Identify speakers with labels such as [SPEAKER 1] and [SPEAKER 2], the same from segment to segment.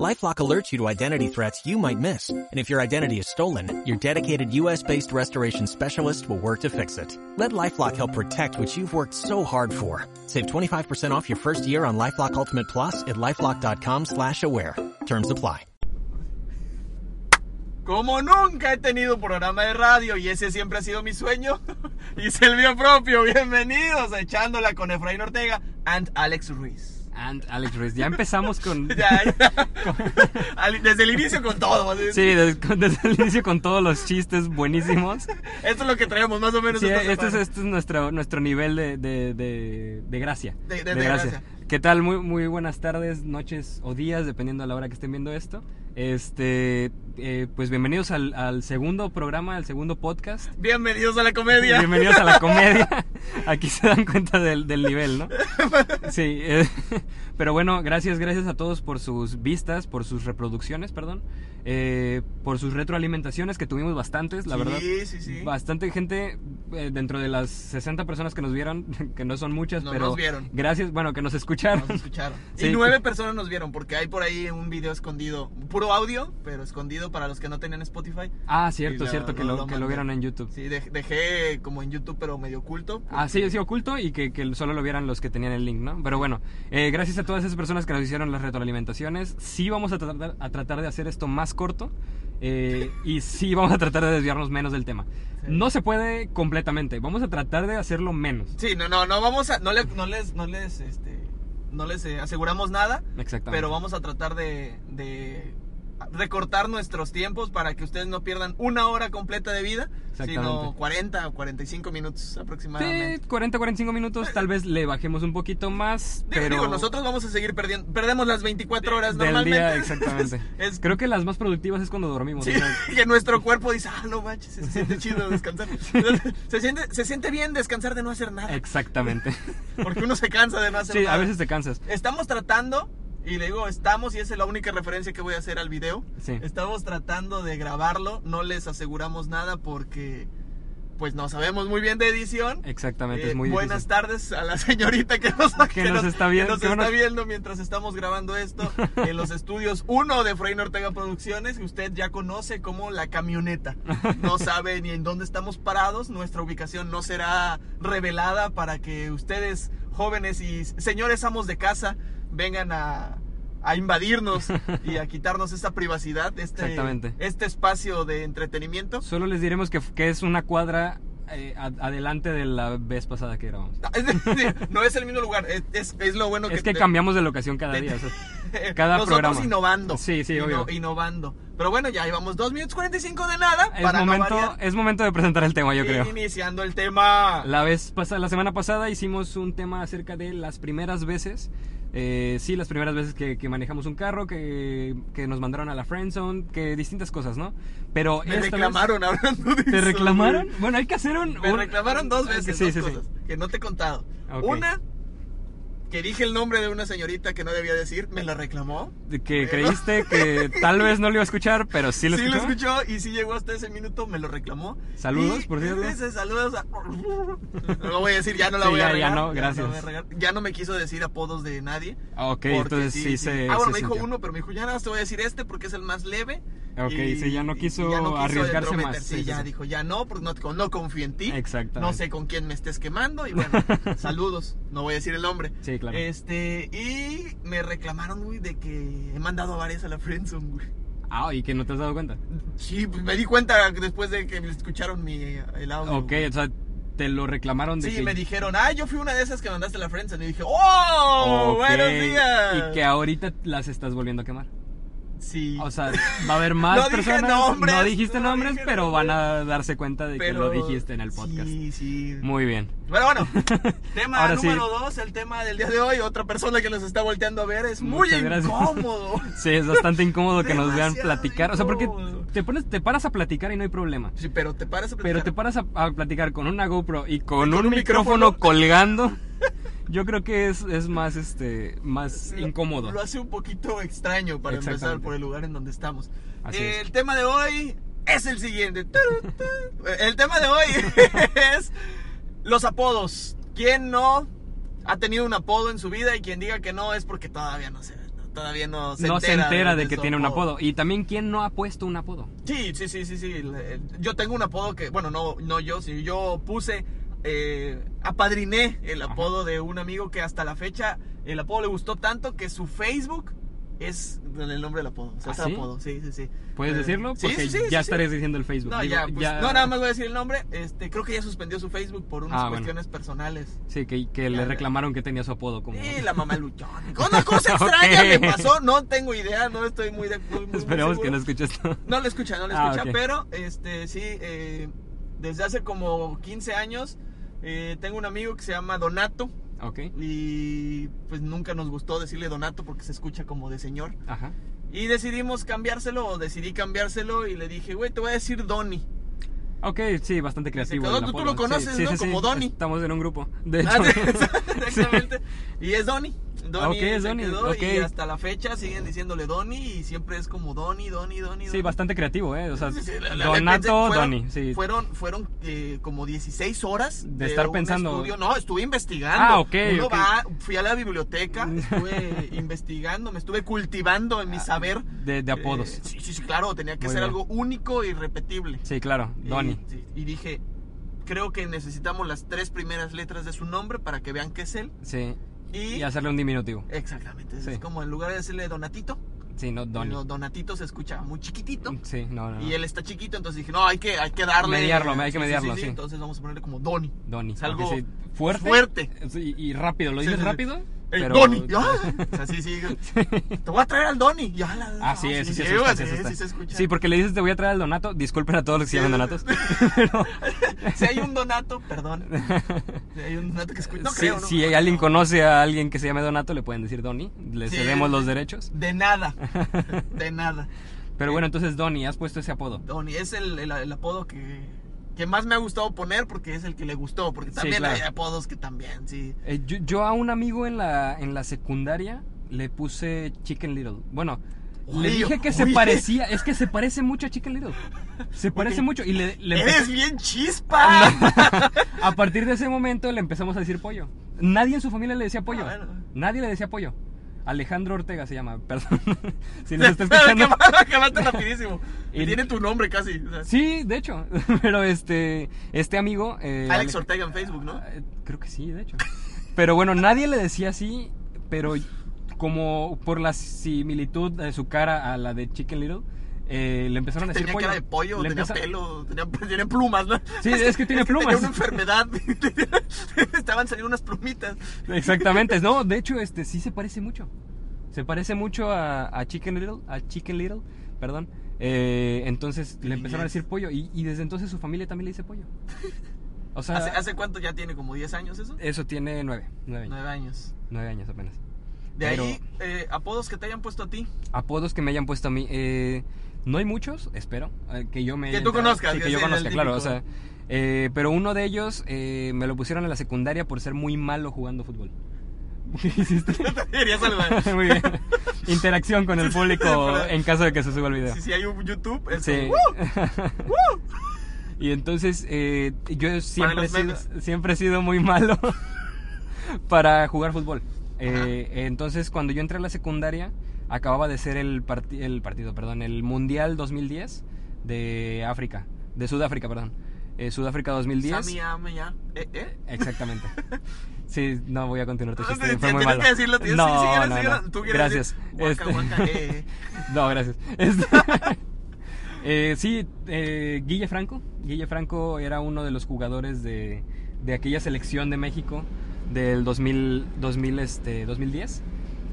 [SPEAKER 1] LifeLock alerts you to identity threats you might miss, and if your identity is stolen, your dedicated U.S.-based restoration specialist will work to fix it. Let LifeLock help protect what you've worked so hard for. Save 25% off your first year on LifeLock Ultimate Plus at lifeLock.com/aware. Terms apply.
[SPEAKER 2] Como nunca he tenido programa de radio y ese siempre ha sido mi sueño, y es el mío propio. Bienvenidos a Echándola con Efraín Ortega and Alex Ruiz.
[SPEAKER 3] And Alex Ruiz. Ya empezamos con.
[SPEAKER 2] Ya, ya. Al- Desde el inicio con todo. ¿sí?
[SPEAKER 3] Sí, des- con- desde, el inicio con todos los chistes buenísimos.
[SPEAKER 2] Esto es lo que traemos más o menos.
[SPEAKER 3] Sí,
[SPEAKER 2] esta
[SPEAKER 3] este es,
[SPEAKER 2] semana.
[SPEAKER 3] este es nuestro, nuestro nivel de, de, de- de gracia.
[SPEAKER 2] De- de- de gracia.
[SPEAKER 3] ¿Qué tal? Muy, muy buenas tardes, noches o días, dependiendo a la hora que estén viendo esto. Este, eh, pues bienvenidos al, al segundo programa, al segundo podcast.
[SPEAKER 2] Bienvenidos a la comedia.
[SPEAKER 3] Bienvenidos a la comedia. Aquí se dan cuenta del, del nivel, ¿no? Sí. eh, pero bueno, gracias, gracias a todos por sus vistas, por sus reproducciones, perdón. eh, por sus retroalimentaciones, que tuvimos bastantes, la
[SPEAKER 2] Sí,
[SPEAKER 3] verdad.
[SPEAKER 2] sí, sí.
[SPEAKER 3] Bastante gente eh, dentro de las 60 personas que nos vieron, que no son muchas,
[SPEAKER 2] No
[SPEAKER 3] pero.
[SPEAKER 2] nos vieron.
[SPEAKER 3] Gracias, bueno, que nos escucharon.
[SPEAKER 2] Nos escucharon.
[SPEAKER 3] Sí.
[SPEAKER 2] Y nueve personas nos vieron, porque hay por ahí un video escondido, puro audio, pero escondido para los que no tenían Spotify.
[SPEAKER 3] Ah, cierto,
[SPEAKER 2] Y la-
[SPEAKER 3] cierto, que
[SPEAKER 2] lo-
[SPEAKER 3] lo,
[SPEAKER 2] lo
[SPEAKER 3] que lo
[SPEAKER 2] mandé.
[SPEAKER 3] vieron en YouTube.
[SPEAKER 2] Sí, dej- dejé como en YouTube, pero medio oculto.
[SPEAKER 3] Ah, sí, sí, oculto y que, que solo lo vieran los que tenían el link, ¿no? Pero bueno, eh, gracias a todas esas personas que nos hicieron las retroalimentaciones, sí vamos a tratar, a tratar de hacer esto más corto eh, y sí vamos a tratar de desviarnos menos del tema.
[SPEAKER 2] Sí.
[SPEAKER 3] No se puede completamente, vamos a tratar de hacerlo menos.
[SPEAKER 2] Sí, no, no, no vamos a. No, le- no les, no les, este. No les eh, aseguramos nada,
[SPEAKER 3] Exactamente.
[SPEAKER 2] pero vamos a tratar de, de recortar nuestros tiempos para que ustedes no pierdan una hora completa de vida, sino
[SPEAKER 3] Exactamente.
[SPEAKER 2] 40 o 45 minutos aproximadamente.
[SPEAKER 3] Sí, 40, 45 minutos, tal vez le bajemos un poquito más,
[SPEAKER 2] Digo,
[SPEAKER 3] pero...
[SPEAKER 2] digo, nosotros vamos a seguir perdiendo. Perdemos las 24 horas
[SPEAKER 3] Del
[SPEAKER 2] normalmente.
[SPEAKER 3] día, exactamente.
[SPEAKER 2] Es-
[SPEAKER 3] Creo que las más productivas es cuando dormimos.
[SPEAKER 2] Sí,
[SPEAKER 3] o sea,
[SPEAKER 2] que nuestro cuerpo dice, ah, no manches, se siente chido descansar. se, siente, se siente bien descansar de no hacer nada.
[SPEAKER 3] Exactamente.
[SPEAKER 2] Porque uno se cansa de no hacer
[SPEAKER 3] Sí,
[SPEAKER 2] nada.
[SPEAKER 3] a veces te cansas.
[SPEAKER 2] Estamos tratando, y le digo estamos, y esa es la única referencia que voy a hacer al video.
[SPEAKER 3] Sí.
[SPEAKER 2] Estamos tratando de grabarlo, no les aseguramos nada porque pues no sabemos muy bien de edición.
[SPEAKER 3] Exactamente,
[SPEAKER 2] Eh,
[SPEAKER 3] es muy
[SPEAKER 2] buenas
[SPEAKER 3] difícil.
[SPEAKER 2] tardes a la señorita que nos,
[SPEAKER 3] Que nos está viendo,
[SPEAKER 2] que nos
[SPEAKER 3] que
[SPEAKER 2] está
[SPEAKER 3] nos-
[SPEAKER 2] viendo mientras estamos grabando esto en los estudios 1 de Frey Ortega Producciones, que usted ya conoce como la camioneta. No sabe ni en dónde estamos parados, nuestra ubicación no será revelada para que ustedes, jóvenes y señores amos de casa, vengan a a invadirnos y a quitarnos esta privacidad, este,
[SPEAKER 3] Exactamente.
[SPEAKER 2] este espacio de entretenimiento.
[SPEAKER 3] Solo les diremos que, que es una cuadra eh, ad- adelante de la vez pasada que grabamos.
[SPEAKER 2] No es el mismo lugar, es, es- es lo bueno
[SPEAKER 3] Es que
[SPEAKER 2] te-
[SPEAKER 3] cambiamos de locación cada
[SPEAKER 2] de-
[SPEAKER 3] día. o sea, cada
[SPEAKER 2] Nosotros
[SPEAKER 3] programa.
[SPEAKER 2] innovando.
[SPEAKER 3] Sí, sí, obvio.
[SPEAKER 2] Innovando. Pero bueno, ya llevamos 2 minutos 45 de nada.
[SPEAKER 3] es,
[SPEAKER 2] para no
[SPEAKER 3] momento,
[SPEAKER 2] variar.
[SPEAKER 3] es momento de presentar el tema, yo creo.
[SPEAKER 2] Iniciando el tema.
[SPEAKER 3] La, vez pasa- la semana pasada hicimos un tema acerca de las primeras veces. eh, sí, las primeras veces que, que manejamos un carro, que, que nos mandaron a la friend zone, que distintas cosas, ¿no? Pero
[SPEAKER 2] Me
[SPEAKER 3] esta vez-
[SPEAKER 2] reclamaron hablando de
[SPEAKER 3] ¿Te
[SPEAKER 2] eso,
[SPEAKER 3] reclamaron?
[SPEAKER 2] güey.
[SPEAKER 3] Bueno, hay que hacer un...
[SPEAKER 2] Me
[SPEAKER 3] un-
[SPEAKER 2] reclamaron dos veces
[SPEAKER 3] Sí,
[SPEAKER 2] dos
[SPEAKER 3] sí, sí.
[SPEAKER 2] cosas que no te he contado.
[SPEAKER 3] Ok.
[SPEAKER 2] Una, que dije el nombre de una señorita que no debía decir, me la reclamó.
[SPEAKER 3] De Que creíste que tal vez no lo iba a escuchar, pero sí lo
[SPEAKER 2] sí
[SPEAKER 3] escuchó.
[SPEAKER 2] lo escuchó y sí llegó hasta ese minuto, me lo reclamó.
[SPEAKER 3] Saludos,
[SPEAKER 2] Y-
[SPEAKER 3] por cierto.
[SPEAKER 2] ese saludos a- No lo voy a decir, ya no la
[SPEAKER 3] Sí,
[SPEAKER 2] voy a
[SPEAKER 3] ya- ya
[SPEAKER 2] regar.
[SPEAKER 3] no,
[SPEAKER 2] la
[SPEAKER 3] gracias.
[SPEAKER 2] voy a regar. Ya no me quiso decir apodos de nadie.
[SPEAKER 3] Ah, Ok,
[SPEAKER 2] porque
[SPEAKER 3] entonces sí, se.
[SPEAKER 2] Ah, bueno, me
[SPEAKER 3] se
[SPEAKER 2] dijo
[SPEAKER 3] sintió.
[SPEAKER 2] uno, pero me dijo, ya nada, más te voy a decir este porque es el más leve.
[SPEAKER 3] Ok, sí, ya no
[SPEAKER 2] y
[SPEAKER 3] quiso arriesgarse
[SPEAKER 2] entrometer.
[SPEAKER 3] más.
[SPEAKER 2] Sí,
[SPEAKER 3] Sí, sí,
[SPEAKER 2] ya
[SPEAKER 3] sí.
[SPEAKER 2] dijo, ya no, porque no, te- no confío en ti.
[SPEAKER 3] Exactamente.
[SPEAKER 2] No sé con quién me estés quemando. Y bueno, saludos. No voy a decir el nombre.
[SPEAKER 3] Sí, claro.
[SPEAKER 2] Este, y me reclamaron, güey, de que he mandado a varias a la Friendzone, güey.
[SPEAKER 3] Ah, y que no te has dado cuenta.
[SPEAKER 2] Sí, pues, me di cuenta después de que me escucharon mi, eh, el audio.
[SPEAKER 3] Ok,
[SPEAKER 2] güey.
[SPEAKER 3] o sea, te lo reclamaron de
[SPEAKER 2] Sí,
[SPEAKER 3] que.
[SPEAKER 2] me dijeron, ah, yo fui una de esas que mandaste a la Friendzone. Y dije, ¡oh!
[SPEAKER 3] Ok,
[SPEAKER 2] ¡Buenos días!
[SPEAKER 3] Y que ahorita las estás volviendo a quemar.
[SPEAKER 2] Sí.
[SPEAKER 3] O sea, va a haber más
[SPEAKER 2] No dije
[SPEAKER 3] personas.
[SPEAKER 2] nombres,
[SPEAKER 3] no dijiste
[SPEAKER 2] no
[SPEAKER 3] nombres,
[SPEAKER 2] dije
[SPEAKER 3] pero
[SPEAKER 2] nombres.
[SPEAKER 3] van a darse cuenta de que lo dijiste en el podcast.
[SPEAKER 2] Sí, sí.
[SPEAKER 3] Muy bien.
[SPEAKER 2] Pero bueno, tema
[SPEAKER 3] Ahora sí.
[SPEAKER 2] número dos, el tema del día de hoy. Otra persona que nos está volteando a ver es muy
[SPEAKER 3] Muchas gracias.
[SPEAKER 2] incómodo.
[SPEAKER 3] Sí, es bastante incómodo que nos vean
[SPEAKER 2] Demasiado
[SPEAKER 3] platicar. O sea, porque
[SPEAKER 2] incómodo.
[SPEAKER 3] te, pones, te paras a platicar y no hay problema.
[SPEAKER 2] Sí, pero te paras a
[SPEAKER 3] Pero te
[SPEAKER 2] platicar.
[SPEAKER 3] paras a, a platicar con una GoPro y con,
[SPEAKER 2] con
[SPEAKER 3] un,
[SPEAKER 2] un
[SPEAKER 3] micrófono,
[SPEAKER 2] micrófono.
[SPEAKER 3] colgando. Yo creo que es, es más, este, más incómodo.
[SPEAKER 2] Lo hace un poquito extraño para empezar
[SPEAKER 3] Exactamente.
[SPEAKER 2] por el lugar en donde estamos.
[SPEAKER 3] Así
[SPEAKER 2] el
[SPEAKER 3] es.
[SPEAKER 2] tema de hoy es el siguiente. Tarun, tarun. El tema de hoy es los apodos. ¿Quién no ha tenido un apodo en su vida y quien diga que no es porque todavía no se, todavía no se
[SPEAKER 3] no se
[SPEAKER 2] entera,
[SPEAKER 3] entera de
[SPEAKER 2] su
[SPEAKER 3] que tiene un apodo. Y también, ¿quién no ha puesto un apodo?
[SPEAKER 2] Sí, sí, sí, sí, sí. El- el- Yo tengo un apodo que, bueno, no, no yo, sí, yo puse, eh, apadriné el
[SPEAKER 3] Ajá.
[SPEAKER 2] apodo de un amigo que hasta la fecha el apodo le gustó tanto que su Facebook es el nombre del apodo. O sea,
[SPEAKER 3] ¿Ah,
[SPEAKER 2] es
[SPEAKER 3] sí?
[SPEAKER 2] apodo, sí, sí, sí.
[SPEAKER 3] ¿Puedes
[SPEAKER 2] Eh,
[SPEAKER 3] decirlo?
[SPEAKER 2] sí,
[SPEAKER 3] Porque
[SPEAKER 2] sí, sí, sí,
[SPEAKER 3] ya
[SPEAKER 2] sí.
[SPEAKER 3] estarías diciendo el Facebook.
[SPEAKER 2] No,
[SPEAKER 3] Digo,
[SPEAKER 2] ya, pues, no, nada más voy a decir el nombre. Este, creo que ya suspendió su Facebook por unas
[SPEAKER 3] Ah, bueno.
[SPEAKER 2] cuestiones personales.
[SPEAKER 3] Sí, que, que
[SPEAKER 2] Ya,
[SPEAKER 3] le
[SPEAKER 2] ya.
[SPEAKER 3] reclamaron que tenía su apodo. Como...
[SPEAKER 2] Y la mamá luchón. Una cosa extraña
[SPEAKER 3] Ok.
[SPEAKER 2] le pasó, no tengo idea, no estoy muy de muy- muy
[SPEAKER 3] Esperemos que
[SPEAKER 2] seguro.
[SPEAKER 3] no escuches esto.
[SPEAKER 2] No lo escucha, no lo
[SPEAKER 3] Ah,
[SPEAKER 2] escucha,
[SPEAKER 3] ok.
[SPEAKER 2] pero este sí, eh, desde hace como 15 años eh, tengo un amigo que se llama Donato
[SPEAKER 3] Ok,
[SPEAKER 2] y pues nunca nos gustó decirle Donato porque se escucha como de señor.
[SPEAKER 3] ajá.
[SPEAKER 2] Y decidimos cambiárselo o decidí cambiárselo y le dije, güey, te voy a decir Donny.
[SPEAKER 3] Ok, sí, bastante creativo.
[SPEAKER 2] quedó,
[SPEAKER 3] el
[SPEAKER 2] "Oh, tú- tú
[SPEAKER 3] apodo.
[SPEAKER 2] lo conoces,
[SPEAKER 3] Sí, sí,
[SPEAKER 2] ¿no?
[SPEAKER 3] sí, sí.
[SPEAKER 2] Como Donnie.
[SPEAKER 3] Estamos en un grupo. De hecho.
[SPEAKER 2] Ah, Exactamente. Y es Donny. Donny
[SPEAKER 3] Ok, es
[SPEAKER 2] se
[SPEAKER 3] Donny,
[SPEAKER 2] quedó
[SPEAKER 3] ok.
[SPEAKER 2] Y hasta la fecha siguen diciéndole Donny y siempre es como Donny, Donny, Donny.
[SPEAKER 3] Sí,
[SPEAKER 2] Donny.
[SPEAKER 3] bastante creativo, ¿eh? O sea,
[SPEAKER 2] Sí, sí, la- la- pensé-
[SPEAKER 3] Donato,
[SPEAKER 2] fueron-
[SPEAKER 3] Donny, sí.
[SPEAKER 2] Fueron, fueron eh, como 16 horas
[SPEAKER 3] De estar
[SPEAKER 2] un
[SPEAKER 3] pensando.
[SPEAKER 2] estudio. No, estuve investigando.
[SPEAKER 3] Ah, ok,
[SPEAKER 2] Uno
[SPEAKER 3] ok.
[SPEAKER 2] va- fui a la biblioteca, estuve investigando, me estuve cultivando en mi saber.
[SPEAKER 3] Ah, De, de apodos.
[SPEAKER 2] Eh, sí, sí, sí, claro, tenía que
[SPEAKER 3] Muy
[SPEAKER 2] ser
[SPEAKER 3] bien.
[SPEAKER 2] algo único y repetible.
[SPEAKER 3] Sí, claro,
[SPEAKER 2] Y-
[SPEAKER 3] Donny.
[SPEAKER 2] sí, Y, dije, creo que necesitamos las tres primeras letras de su nombre para que vean que es él.
[SPEAKER 3] Sí.
[SPEAKER 2] Y.
[SPEAKER 3] Y hacerle un diminutivo.
[SPEAKER 2] Exactamente, es
[SPEAKER 3] Sí.
[SPEAKER 2] como en lugar de decirle Donatito,
[SPEAKER 3] Sí, no,
[SPEAKER 2] lo
[SPEAKER 3] Donny.
[SPEAKER 2] Donatito se escucha muy chiquitito.
[SPEAKER 3] Sí, no, no. no.
[SPEAKER 2] Y él está chiquito, entonces dije, no, hay que, hay que darle.
[SPEAKER 3] Mediarlo, hay que
[SPEAKER 2] Sí, sí,
[SPEAKER 3] mediarlo, sí.
[SPEAKER 2] Entonces vamos a ponerle como Donny.
[SPEAKER 3] Donny.
[SPEAKER 2] Es
[SPEAKER 3] porque
[SPEAKER 2] algo
[SPEAKER 3] sí, fuerte.
[SPEAKER 2] fuerte.
[SPEAKER 3] Sí, y rápido. ¿Lo
[SPEAKER 2] Sí,
[SPEAKER 3] dices
[SPEAKER 2] sí, sí.
[SPEAKER 3] rápido?
[SPEAKER 2] El
[SPEAKER 3] Pero-
[SPEAKER 2] Donny. Y, ah, o sea, sí, sí. Te voy a traer al Donny. Ya, la, la,
[SPEAKER 3] Ah, sí, eso sí,
[SPEAKER 2] sí,
[SPEAKER 3] asusta,
[SPEAKER 2] güey,
[SPEAKER 3] sí
[SPEAKER 2] sí,
[SPEAKER 3] asusta.
[SPEAKER 2] sí se escucha.
[SPEAKER 3] Sí, porque le dices te voy a traer al Donato. Disculpen a todos los que se llaman Donatos.
[SPEAKER 2] Si hay un Donato, perdón. Si hay un Donato que escucha. No
[SPEAKER 3] Sí,
[SPEAKER 2] creo, ¿no?
[SPEAKER 3] si
[SPEAKER 2] No,
[SPEAKER 3] alguien
[SPEAKER 2] no.
[SPEAKER 3] conoce a alguien que se llame Donato, le pueden decir Donny. Le
[SPEAKER 2] Sí,
[SPEAKER 3] cedemos
[SPEAKER 2] sí,
[SPEAKER 3] los
[SPEAKER 2] sí.
[SPEAKER 3] derechos.
[SPEAKER 2] De nada. De nada.
[SPEAKER 3] Pero bueno, entonces Donny, has puesto ese apodo.
[SPEAKER 2] Donny es el, el- el apodo que, que más me ha gustado poner porque es el que le gustó. Porque
[SPEAKER 3] Sí,
[SPEAKER 2] también
[SPEAKER 3] claro.
[SPEAKER 2] hay apodos que también, sí.
[SPEAKER 3] Eh, yo, yo a un amigo en la, en la secundaria le puse Chicken Little. Bueno, le
[SPEAKER 2] Oye,
[SPEAKER 3] dije que se
[SPEAKER 2] oye.
[SPEAKER 3] parecía, es que se parece mucho a Chicken Little. Se parece mucho y le, le
[SPEAKER 2] ¡Eres bien chispa!
[SPEAKER 3] a partir de ese momento le empezamos a decir pollo. Nadie en su familia le decía pollo.
[SPEAKER 2] Ah, bueno.
[SPEAKER 3] Nadie le decía pollo. Alejandro Ortega se llama, perdón. si nos está
[SPEAKER 2] Espera,
[SPEAKER 3] escuchando.
[SPEAKER 2] acaba- Acabaste rapidísimo.
[SPEAKER 3] Y-
[SPEAKER 2] Y tiene tu nombre casi. o sea,
[SPEAKER 3] Sí, de hecho, pero este este amigo eh,
[SPEAKER 2] Alex
[SPEAKER 3] Ale-
[SPEAKER 2] Ortega en Facebook, ¿no?
[SPEAKER 3] Eh, Creo que sí, de hecho. Pero bueno, nadie le decía así, pero como por la similitud de su cara a la de Chicken Little, eh, le empezaron a decir
[SPEAKER 2] Tenía
[SPEAKER 3] pollo.
[SPEAKER 2] cara de pollo,
[SPEAKER 3] Le
[SPEAKER 2] tenía
[SPEAKER 3] empeza-
[SPEAKER 2] pelo, tenía, tenía plumas, ¿no?
[SPEAKER 3] Sí, es que tiene plumas.
[SPEAKER 2] Tenía una enfermedad. Estaban saliendo unas plumitas.
[SPEAKER 3] Exactamente, no, de hecho, este sí se parece mucho. Se parece mucho a, a Chicken Little, a Chicken Little, perdón. Eh, entonces le empezaron a decir pollo y, y desde entonces su familia también le dice pollo. O sea,
[SPEAKER 2] ¿Hace, hace cuánto ya tiene? ¿Como 10 años eso?
[SPEAKER 3] eso tiene nueve, nueve años,
[SPEAKER 2] Nueve años.
[SPEAKER 3] nueve años apenas.
[SPEAKER 2] De
[SPEAKER 3] Pero-
[SPEAKER 2] ahí, eh, apodos que te hayan puesto a ti.
[SPEAKER 3] apodos que me hayan puesto a mí. eh, no hay muchos, espero, eh, que yo me...
[SPEAKER 2] Que
[SPEAKER 3] haya
[SPEAKER 2] tú
[SPEAKER 3] enterado.
[SPEAKER 2] conozcas,
[SPEAKER 3] Sí,
[SPEAKER 2] que
[SPEAKER 3] que yo
[SPEAKER 2] sea el
[SPEAKER 3] conozca, claro. O
[SPEAKER 2] típico.
[SPEAKER 3] sea, eh, pero uno de ellos eh, me lo pusieron en la secundaria por ser muy malo jugando fútbol. ¿Qué hiciste?
[SPEAKER 2] Debería saludar.
[SPEAKER 3] muy bien. Interacción con el público
[SPEAKER 2] pero-
[SPEAKER 3] en caso de que se suba el video.
[SPEAKER 2] Si, si hay un YouTube, es
[SPEAKER 3] Sí.
[SPEAKER 2] como, ¡uh!
[SPEAKER 3] y entonces eh, yo siempre he,
[SPEAKER 2] los
[SPEAKER 3] sido,
[SPEAKER 2] memes.
[SPEAKER 3] siempre he sido muy malo para jugar fútbol. Eh, entonces cuando yo entré a la secundaria acababa de ser el, parti- el partido, perdón, el Mundial 2010 de África, de Sudáfrica, perdón. Eh, Sudáfrica 2010.
[SPEAKER 2] Sammy, ame, ya. ¿Eh, eh?
[SPEAKER 3] Exactamente. Sí, no voy a continuar tu
[SPEAKER 2] No,
[SPEAKER 3] chiste,
[SPEAKER 2] te-
[SPEAKER 3] fue muy
[SPEAKER 2] tienes
[SPEAKER 3] malo.
[SPEAKER 2] que decirlo, tienes
[SPEAKER 3] no,
[SPEAKER 2] sí, síguelo,
[SPEAKER 3] no,
[SPEAKER 2] síguelo.
[SPEAKER 3] no.
[SPEAKER 2] Tú quieres
[SPEAKER 3] Gracias.
[SPEAKER 2] decir, guaca,
[SPEAKER 3] Este-
[SPEAKER 2] guaca, eh, eh.
[SPEAKER 3] no, gracias. Este- Eh, sí, eh, Guille Franco. Guille Franco era uno de los jugadores de, de aquella selección de México del 2000, 2000, este, 2010.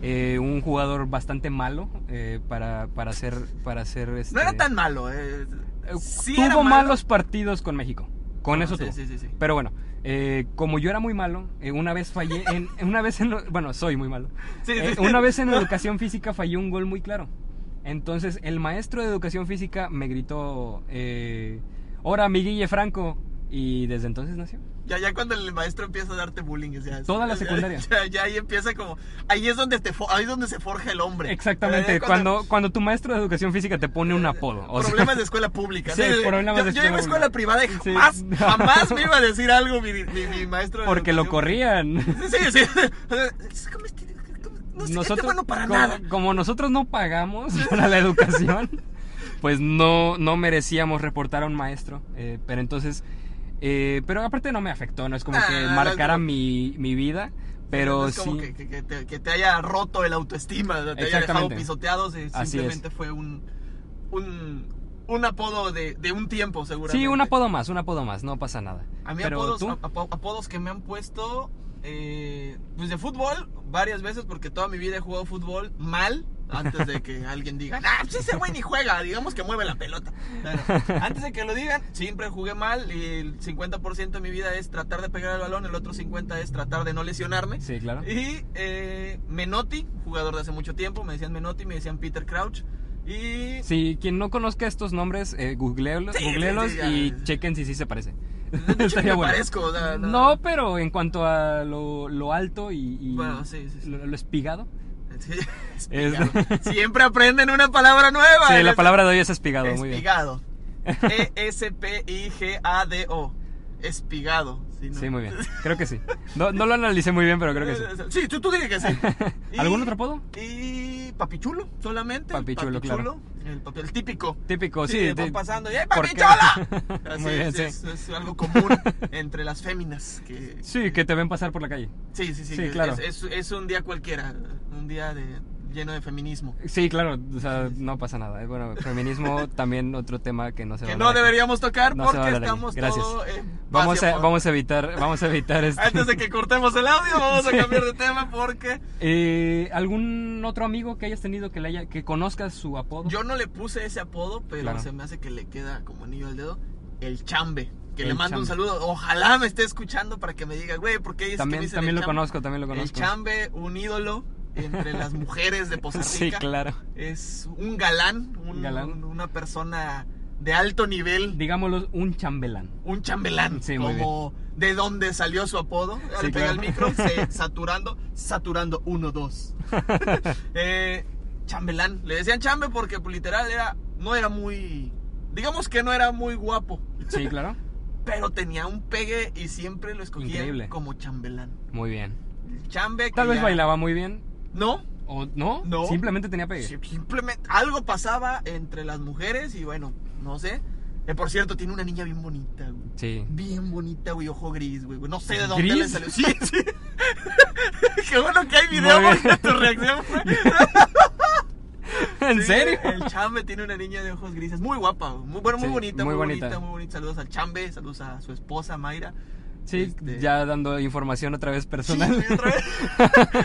[SPEAKER 3] Eh, un jugador bastante malo eh, para, para ser... Para ser este,
[SPEAKER 2] No era tan malo. eh.
[SPEAKER 3] eh,
[SPEAKER 2] Sí
[SPEAKER 3] tuvo
[SPEAKER 2] era malo.
[SPEAKER 3] malos partidos con México. Con
[SPEAKER 2] Ah,
[SPEAKER 3] eso
[SPEAKER 2] sí,
[SPEAKER 3] tuvo.
[SPEAKER 2] sí, sí, sí.
[SPEAKER 3] Pero bueno, eh, como yo era muy malo, eh, una vez fallé en... Una vez en... lo- Bueno, soy muy malo.
[SPEAKER 2] Sí,
[SPEAKER 3] Eh,
[SPEAKER 2] sí.
[SPEAKER 3] una vez en educación física fallé un gol muy claro. Entonces el maestro de educación física me gritó, eh, ¡Hora, mi Guille Franco! Y desde entonces nació.
[SPEAKER 2] Ya, ya cuando el maestro empieza a darte bullying, es ya.
[SPEAKER 3] Toda la
[SPEAKER 2] ya-
[SPEAKER 3] secundaria.
[SPEAKER 2] Ya, ya ahí empieza como. Ahí es donde, te, fo- ahí es donde se forja el hombre. Eh, Ya-
[SPEAKER 3] Exactamente,
[SPEAKER 2] ya
[SPEAKER 3] cuando, cuando tu maestro de educación física te pone un apodo. o sea,
[SPEAKER 2] problemas de escuela pública.
[SPEAKER 3] Sí,
[SPEAKER 2] ¿no? Yo-
[SPEAKER 3] problemas de
[SPEAKER 2] yo,
[SPEAKER 3] escuela
[SPEAKER 2] iba a escuela privada y
[SPEAKER 3] Sí.
[SPEAKER 2] jamás, jamás me iba a decir algo mi, mi- mi maestro. de
[SPEAKER 3] porque lo
[SPEAKER 2] educación.
[SPEAKER 3] corrían.
[SPEAKER 2] Sí, sí. Es como este- No sé, este bueno para
[SPEAKER 3] como,
[SPEAKER 2] nada.
[SPEAKER 3] como nosotros no pagamos para la educación, pues no, no merecíamos reportar a un maestro. eh, pero entonces, eh, pero aparte no me afectó, no es como
[SPEAKER 2] Ah,
[SPEAKER 3] que
[SPEAKER 2] no,
[SPEAKER 3] marcara
[SPEAKER 2] no.
[SPEAKER 3] mi, mi vida, pero
[SPEAKER 2] es como
[SPEAKER 3] sí.
[SPEAKER 2] que, que- que te, que te haya roto el autoestima, te haya dejado
[SPEAKER 3] Exactamente.
[SPEAKER 2] pisoteados y
[SPEAKER 3] Así
[SPEAKER 2] simplemente fue un, un, un apodo de, de un tiempo, seguramente.
[SPEAKER 3] Sí, un apodo más, un apodo más, no pasa nada.
[SPEAKER 2] A mí
[SPEAKER 3] pero
[SPEAKER 2] apodos,
[SPEAKER 3] tú,
[SPEAKER 2] ap- ap- apodos que me han puesto, eh, pues de fútbol, varias veces, porque toda mi vida he jugado fútbol mal, antes de que alguien diga, ah, sí, ese güey ni juega, digamos que mueve la pelota. Claro. Antes de que lo digan, siempre jugué mal y el 50% de mi vida es tratar de pegar el balón, el otro 50% es tratar de no lesionarme.
[SPEAKER 3] sí, claro.
[SPEAKER 2] Y eh, Menotti, jugador de hace mucho tiempo, me decían Menotti, me decían Peter Crouch. Y
[SPEAKER 3] Si quien no conozca estos nombres, eh, googleelos,
[SPEAKER 2] Sí, sí,
[SPEAKER 3] googleelos
[SPEAKER 2] sí, ya.
[SPEAKER 3] y chequen si sí se parece.
[SPEAKER 2] de hecho,
[SPEAKER 3] Estaría
[SPEAKER 2] me
[SPEAKER 3] bueno.
[SPEAKER 2] parezco. o sea,
[SPEAKER 3] No, pero en cuanto a lo, lo alto y, y
[SPEAKER 2] Bueno, sí, sí, sí.
[SPEAKER 3] Lo, lo espigado.
[SPEAKER 2] Sí,
[SPEAKER 3] Es-
[SPEAKER 2] espigado. Siempre aprenden una palabra nueva.
[SPEAKER 3] Sí, la
[SPEAKER 2] Es-
[SPEAKER 3] palabra de hoy es espigado, muy bien.
[SPEAKER 2] Ah, Espigado. E E-S-P-I-G-A-D-O. Espigado. ¿no?
[SPEAKER 3] Sí, muy bien. Creo que sí. No, no lo analicé muy bien, pero creo que sí.
[SPEAKER 2] Sí, tú, tú dices que sí. Y-
[SPEAKER 3] ¿Algún otro apodo?
[SPEAKER 2] Y papichulo, solamente. el
[SPEAKER 3] Papichulo, claro.
[SPEAKER 2] El, papi- el típico.
[SPEAKER 3] Típico, sí.
[SPEAKER 2] van
[SPEAKER 3] sí.
[SPEAKER 2] pasando. y, ¡Eh,
[SPEAKER 3] ¿Por qué?
[SPEAKER 2] papichola! Así
[SPEAKER 3] Muy bien,
[SPEAKER 2] es,
[SPEAKER 3] sí.
[SPEAKER 2] es, es algo común entre las féminas. Que,
[SPEAKER 3] Sí, que te ven pasar por la calle.
[SPEAKER 2] sí, sí, sí.
[SPEAKER 3] Sí,
[SPEAKER 2] que
[SPEAKER 3] claro.
[SPEAKER 2] Es, es- es un día cualquiera. Un día de, lleno de feminismo.
[SPEAKER 3] Sí, claro, o sea, no pasa nada. Eh, Bueno, feminismo también otro tema que no se va
[SPEAKER 2] Que
[SPEAKER 3] a
[SPEAKER 2] no
[SPEAKER 3] hablar aquí.
[SPEAKER 2] deberíamos tocar
[SPEAKER 3] No se va a
[SPEAKER 2] porque
[SPEAKER 3] hablar aquí.
[SPEAKER 2] estamos
[SPEAKER 3] Gracias.
[SPEAKER 2] todo en
[SPEAKER 3] Vamos
[SPEAKER 2] vacío
[SPEAKER 3] a,
[SPEAKER 2] por-
[SPEAKER 3] vamos a evitar, vamos a evitar este.
[SPEAKER 2] Antes de que cortemos el audio, vamos
[SPEAKER 3] Sí.
[SPEAKER 2] a cambiar de tema porque
[SPEAKER 3] Eh, ¿Algún otro amigo que hayas tenido que le haya, que conozcas su apodo?
[SPEAKER 2] yo no le puse ese apodo, pero
[SPEAKER 3] Claro.
[SPEAKER 2] se me hace que le queda como anillo al dedo el chambe. Que le
[SPEAKER 3] El
[SPEAKER 2] mando un
[SPEAKER 3] chambe.
[SPEAKER 2] saludo. Ojalá me esté escuchando para que me diga, güey, ¿por qué dices que me
[SPEAKER 3] también,
[SPEAKER 2] dicen
[SPEAKER 3] también
[SPEAKER 2] el
[SPEAKER 3] lo
[SPEAKER 2] chambe?"
[SPEAKER 3] conozco, también lo
[SPEAKER 2] El
[SPEAKER 3] conozco.
[SPEAKER 2] chambe, un ídolo entre las mujeres de Poza
[SPEAKER 3] Sí,
[SPEAKER 2] Rica.
[SPEAKER 3] claro.
[SPEAKER 2] Es un galán, un-
[SPEAKER 3] Galán.
[SPEAKER 2] un- una persona de alto nivel.
[SPEAKER 3] Digámoslo, un chambelán.
[SPEAKER 2] un chambelán.
[SPEAKER 3] Sí, muy
[SPEAKER 2] como de dónde salió su apodo.
[SPEAKER 3] Sí,
[SPEAKER 2] Le pega
[SPEAKER 3] claro.
[SPEAKER 2] el micro, se- saturando, saturando, uno, dos. Eh, chambelán. Le decían chambe porque pues, literal era, no era muy, digamos que no era muy guapo,
[SPEAKER 3] Sí, claro.
[SPEAKER 2] pero tenía un pegue y siempre lo escogían
[SPEAKER 3] Increíble.
[SPEAKER 2] como chambelán.
[SPEAKER 3] Muy bien.
[SPEAKER 2] El Chambe. que
[SPEAKER 3] Tal vez
[SPEAKER 2] ya-
[SPEAKER 3] bailaba muy bien.
[SPEAKER 2] No,
[SPEAKER 3] ¿O no?
[SPEAKER 2] No.
[SPEAKER 3] Simplemente tenía pegue.
[SPEAKER 2] Sí, simplemente algo pasaba entre las mujeres y bueno, no sé. Eh, por cierto, tiene una niña bien bonita. güey.
[SPEAKER 3] Sí.
[SPEAKER 2] Bien bonita, güey, ojo gris, güey. güey. No sé de dónde
[SPEAKER 3] ¿Gris?
[SPEAKER 2] le salió. Sí, sí. Qué bueno que hay video
[SPEAKER 3] Muy bien.
[SPEAKER 2] porque tu reacción fue.
[SPEAKER 3] ¿En
[SPEAKER 2] Sí,
[SPEAKER 3] serio?
[SPEAKER 2] El chambe tiene una niña de ojos grises. Muy guapa, güey. muy, bueno, muy
[SPEAKER 3] Sí,
[SPEAKER 2] bonita,
[SPEAKER 3] muy
[SPEAKER 2] muy,
[SPEAKER 3] bonita.
[SPEAKER 2] bonita. muy bonita. Saludos al chambe, saludos a su esposa Mayra.
[SPEAKER 3] Sí,
[SPEAKER 2] Este-
[SPEAKER 3] ya dando información otra vez
[SPEAKER 2] Sí,
[SPEAKER 3] personal.
[SPEAKER 2] güey, otra vez.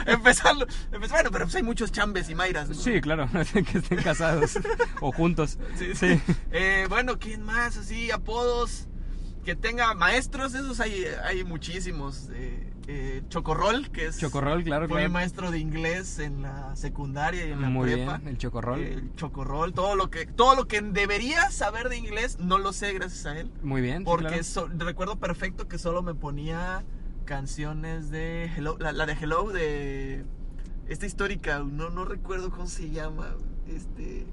[SPEAKER 2] Empezando. empez- Bueno, pero pues hay muchos chambes y Mayras. ¿no?
[SPEAKER 3] Sí, claro, que estén casados o juntos.
[SPEAKER 2] Sí,
[SPEAKER 3] Sí.
[SPEAKER 2] sí. Eh, bueno, ¿quién más? Así, apodos. Que tenga maestros, esos hay, hay muchísimos. Eh, eh, Chocorrol, que es.
[SPEAKER 3] Chocorrol, claro,
[SPEAKER 2] Fue mi
[SPEAKER 3] claro.
[SPEAKER 2] maestro de inglés en la secundaria y en la
[SPEAKER 3] Muy
[SPEAKER 2] prepa. Eh,
[SPEAKER 3] bien, el chocorrol.
[SPEAKER 2] El chocorrol, todo lo que todo lo que debería saber de inglés no lo sé gracias a él,
[SPEAKER 3] Muy bien. sí,
[SPEAKER 2] porque
[SPEAKER 3] claro.
[SPEAKER 2] so- recuerdo perfecto que solo me ponía canciones de Hello, la, la de Hello de esta histórica, no no recuerdo cómo se llama, este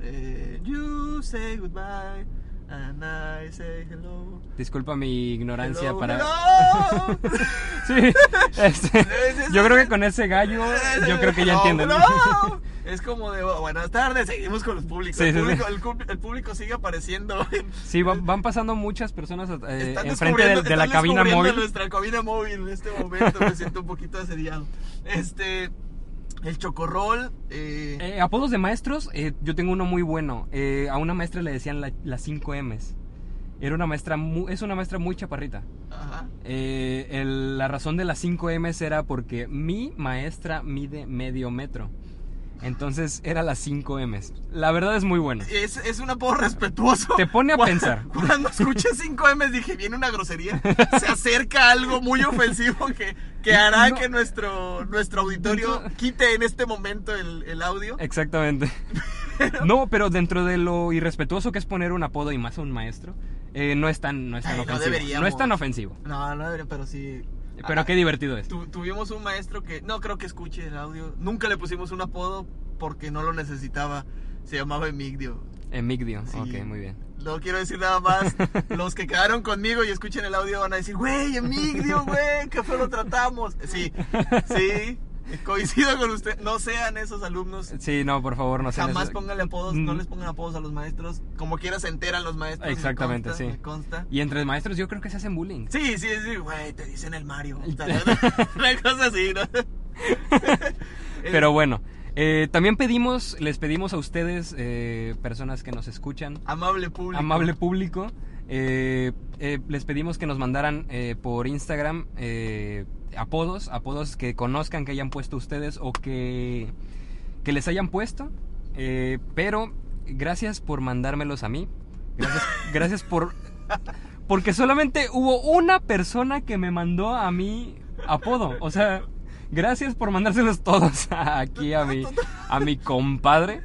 [SPEAKER 2] eh, You say goodbye and I say hello.
[SPEAKER 3] Disculpa mi ignorancia
[SPEAKER 2] hello,
[SPEAKER 3] para.
[SPEAKER 2] hello.
[SPEAKER 3] Sí. este,
[SPEAKER 2] sí, sí.
[SPEAKER 3] yo creo que con ese gallo, yo creo que ya
[SPEAKER 2] No,
[SPEAKER 3] entienden.
[SPEAKER 2] no. Es como de "Oh, buenas tardes, seguimos con los públicos.
[SPEAKER 3] Sí,
[SPEAKER 2] el,
[SPEAKER 3] sí, sí.
[SPEAKER 2] público, el cu- el público sigue apareciendo.
[SPEAKER 3] Sí, van, van pasando muchas personas eh,
[SPEAKER 2] Están
[SPEAKER 3] enfrente de,
[SPEAKER 2] descubriendo-
[SPEAKER 3] de la
[SPEAKER 2] están
[SPEAKER 3] cabina
[SPEAKER 2] descubriendo
[SPEAKER 3] móvil.
[SPEAKER 2] Nuestra cabina móvil en este momento. Me siento un poquito asediado. Este. El chocorrol. eh,
[SPEAKER 3] Eh, apodos de maestros, eh, yo tengo uno muy bueno. Eh, a una maestra le decían la- las 5 M's. Era una maestra, mu- es una maestra muy chaparrita.
[SPEAKER 2] ajá.
[SPEAKER 3] Eh, el- la razón de las 5 M's era porque mi maestra mide medio metro. Entonces era las 5 M's. La verdad es muy bueno.
[SPEAKER 2] Es, es un apodo respetuoso.
[SPEAKER 3] Te pone a
[SPEAKER 2] Cu-
[SPEAKER 3] pensar.
[SPEAKER 2] Cuando escuché 5M dije, viene una grosería. Se acerca algo muy ofensivo que, que hará
[SPEAKER 3] No.
[SPEAKER 2] que nuestro, nuestro auditorio
[SPEAKER 3] No. Eh.
[SPEAKER 2] quite en este momento el, el audio.
[SPEAKER 3] Exactamente.
[SPEAKER 2] grosero.
[SPEAKER 3] No, pero dentro de lo irrespetuoso que es poner un apodo y más a un maestro, eh, no es tan, no es tan
[SPEAKER 2] Ay, no
[SPEAKER 3] ofensivo. No, es
[SPEAKER 2] deberíamos.
[SPEAKER 3] tan ofensivo.
[SPEAKER 2] No, no debería, pero sí.
[SPEAKER 3] Pero
[SPEAKER 2] Ah,
[SPEAKER 3] qué divertido es.
[SPEAKER 2] tu- tuvimos un maestro que no creo que escuche el audio. Nunca le pusimos un apodo porque no lo necesitaba. Se llamaba Emigdio.
[SPEAKER 3] Emigdio.
[SPEAKER 2] Sí.
[SPEAKER 3] Eh, Ok, muy bien.
[SPEAKER 2] No quiero decir nada más. Los que quedaron conmigo y escuchen el audio van a decir, güey, Emigdio, güey, qué feo lo tratamos. Sí, sí, coincido con usted. No sean esos alumnos.
[SPEAKER 3] Sí, no, por favor, no sean
[SPEAKER 2] Jamás
[SPEAKER 3] esos-
[SPEAKER 2] pónganle apodos, no
[SPEAKER 3] Mm.
[SPEAKER 2] les pongan apodos a los maestros. Como quiera se enteran los maestros. me
[SPEAKER 3] Exactamente,
[SPEAKER 2] consta,
[SPEAKER 3] sí.
[SPEAKER 2] Me consta.
[SPEAKER 3] Y entre maestros yo creo que se hacen bullying.
[SPEAKER 2] Sí, sí, sí, güey, te dicen el Mario. O sea, una cosa así, ¿no?
[SPEAKER 3] Pero bueno, eh, también pedimos, les pedimos a ustedes, eh, personas que nos escuchan,
[SPEAKER 2] Amable público.
[SPEAKER 3] amable público, eh, eh, les pedimos que nos mandaran eh, por Instagram eh, apodos, apodos que conozcan, que hayan puesto ustedes o que, que les hayan puesto. eh, pero gracias por mandármelos a mí. Gracias, gracias por... Porque solamente hubo una persona que me mandó a mí apodo. O sea, gracias por mandárselos todos aquí a mi, a mi compadre.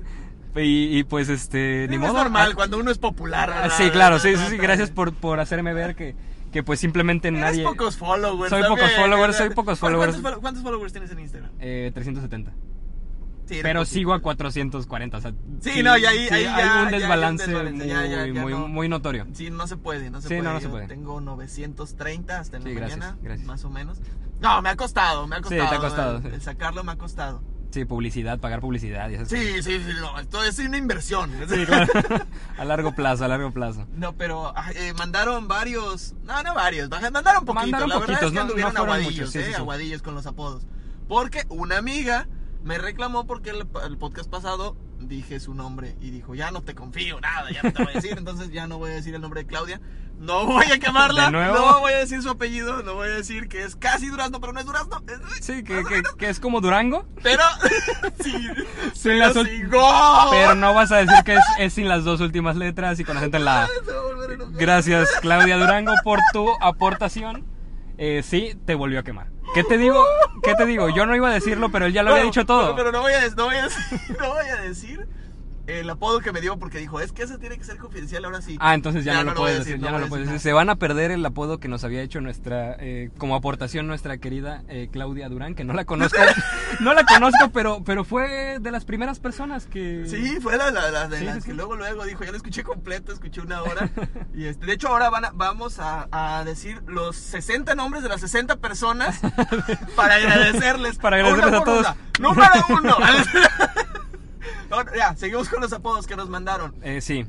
[SPEAKER 3] Y, y pues este...
[SPEAKER 2] Ni
[SPEAKER 3] Ni
[SPEAKER 2] Eh, es
[SPEAKER 3] modo,
[SPEAKER 2] normal cuando uno es popular.
[SPEAKER 3] Ah,
[SPEAKER 2] ¿verdad?
[SPEAKER 3] Sí, claro, sí, sí, sí,
[SPEAKER 2] Está
[SPEAKER 3] gracias
[SPEAKER 2] bien.
[SPEAKER 3] por, por hacerme ver que, que pues simplemente
[SPEAKER 2] Tienes
[SPEAKER 3] nadie...
[SPEAKER 2] pocos followers.
[SPEAKER 3] Soy
[SPEAKER 2] también,
[SPEAKER 3] pocos followers, soy
[SPEAKER 2] ¿verdad? ¿Cuántos
[SPEAKER 3] pocos followers.
[SPEAKER 2] follow- ¿Cuántos followers tienes en Instagram?
[SPEAKER 3] Eh, 370.
[SPEAKER 2] Sí, eres
[SPEAKER 3] Pero
[SPEAKER 2] poquito.
[SPEAKER 3] sigo a 440. o sea,
[SPEAKER 2] Sí, no, y ahí- ahí ya- ya
[SPEAKER 3] hay
[SPEAKER 2] hay
[SPEAKER 3] un
[SPEAKER 2] un
[SPEAKER 3] desbalance,
[SPEAKER 2] desbalance, ya, ya,
[SPEAKER 3] muy,
[SPEAKER 2] ya
[SPEAKER 3] muy,
[SPEAKER 2] no.
[SPEAKER 3] muy notorio.
[SPEAKER 2] Sí, no se puede, no se
[SPEAKER 3] Sí,
[SPEAKER 2] puede.
[SPEAKER 3] no, no se
[SPEAKER 2] Yo
[SPEAKER 3] puede.
[SPEAKER 2] Tengo 930 hasta en
[SPEAKER 3] Sí,
[SPEAKER 2] la
[SPEAKER 3] gracias,
[SPEAKER 2] mañana,
[SPEAKER 3] gracias.
[SPEAKER 2] más o menos. No, me ha costado, me ha
[SPEAKER 3] Sí, te
[SPEAKER 2] costado.
[SPEAKER 3] ha costado,
[SPEAKER 2] El,
[SPEAKER 3] sí.
[SPEAKER 2] el sacarlo me ha costado.
[SPEAKER 3] Sí, publicidad, pagar publicidad y esas
[SPEAKER 2] Sí, sí, sí, no, esto es una inversión.
[SPEAKER 3] cosas. Sí, claro. a largo plazo, a largo plazo.
[SPEAKER 2] No, pero ah, eh, mandaron varios, no, no varios, baja- mandaron poquitos.
[SPEAKER 3] Mandaron
[SPEAKER 2] la verdad
[SPEAKER 3] poquitos,
[SPEAKER 2] es que
[SPEAKER 3] no-
[SPEAKER 2] anduvieron
[SPEAKER 3] no fueron
[SPEAKER 2] aguadillos,
[SPEAKER 3] muchos, sí,
[SPEAKER 2] eh,
[SPEAKER 3] sí, sí.
[SPEAKER 2] aguadillos con los apodos. Porque una amiga me reclamó porque el, el podcast pasado dije su nombre y dijo, ya no te confío nada, ya no te voy a decir, entonces ya no voy a decir el nombre de Claudia, no voy a quemarla,
[SPEAKER 3] ¿De nuevo?
[SPEAKER 2] no voy a decir su apellido, no voy a decir que es casi Durazno, pero no es Durazno. es-
[SPEAKER 3] Sí, que, que, que es como Durango,
[SPEAKER 2] Pero, sí,
[SPEAKER 3] Sin
[SPEAKER 2] pero
[SPEAKER 3] las ul-
[SPEAKER 2] sí, ¡gol!
[SPEAKER 3] pero no vas a decir que es, es sin las dos últimas letras y con la gente en la... A.
[SPEAKER 2] Se va a volver a enojar.
[SPEAKER 3] Gracias, Claudia Durango, por tu aportación. Eh, sí, te volvió a quemar. ¿Qué te digo? ¿Qué te digo? Yo no iba a decirlo, pero él ya lo había
[SPEAKER 2] Bueno,
[SPEAKER 3] dicho
[SPEAKER 2] Pero,
[SPEAKER 3] todo.
[SPEAKER 2] pero no, voy a, des- no, voy a, decir- no voy a decir el apodo que me dio porque dijo, es que eso tiene que ser confidencial ahora sí.
[SPEAKER 3] Ah, entonces ya,
[SPEAKER 2] Ya no
[SPEAKER 3] no, lo
[SPEAKER 2] lo voy
[SPEAKER 3] puedes
[SPEAKER 2] a
[SPEAKER 3] decir,
[SPEAKER 2] decir,
[SPEAKER 3] ya
[SPEAKER 2] no
[SPEAKER 3] no lo
[SPEAKER 2] voy a
[SPEAKER 3] puedes
[SPEAKER 2] decir
[SPEAKER 3] decir. Se van a perder el apodo que nos había hecho nuestra, eh, como aportación nuestra querida eh, Claudia Durán, que no la conozco, no la conozco, pero, pero fue de las primeras personas que...
[SPEAKER 2] Sí, fue la, la- la de
[SPEAKER 3] Sí,
[SPEAKER 2] las
[SPEAKER 3] sí, sí.
[SPEAKER 2] que luego, luego dijo, ya lo escuché completo, escuché una hora. y este, de hecho, ahora van a- vamos a, a decir los 60 nombres de las 60 personas para agradecerles.
[SPEAKER 3] Para agradecerles
[SPEAKER 2] Una
[SPEAKER 3] a
[SPEAKER 2] por
[SPEAKER 3] todos.
[SPEAKER 2] una. Número uno. Ahora, ya, seguimos con los apodos que nos mandaron.
[SPEAKER 3] Eh, sí.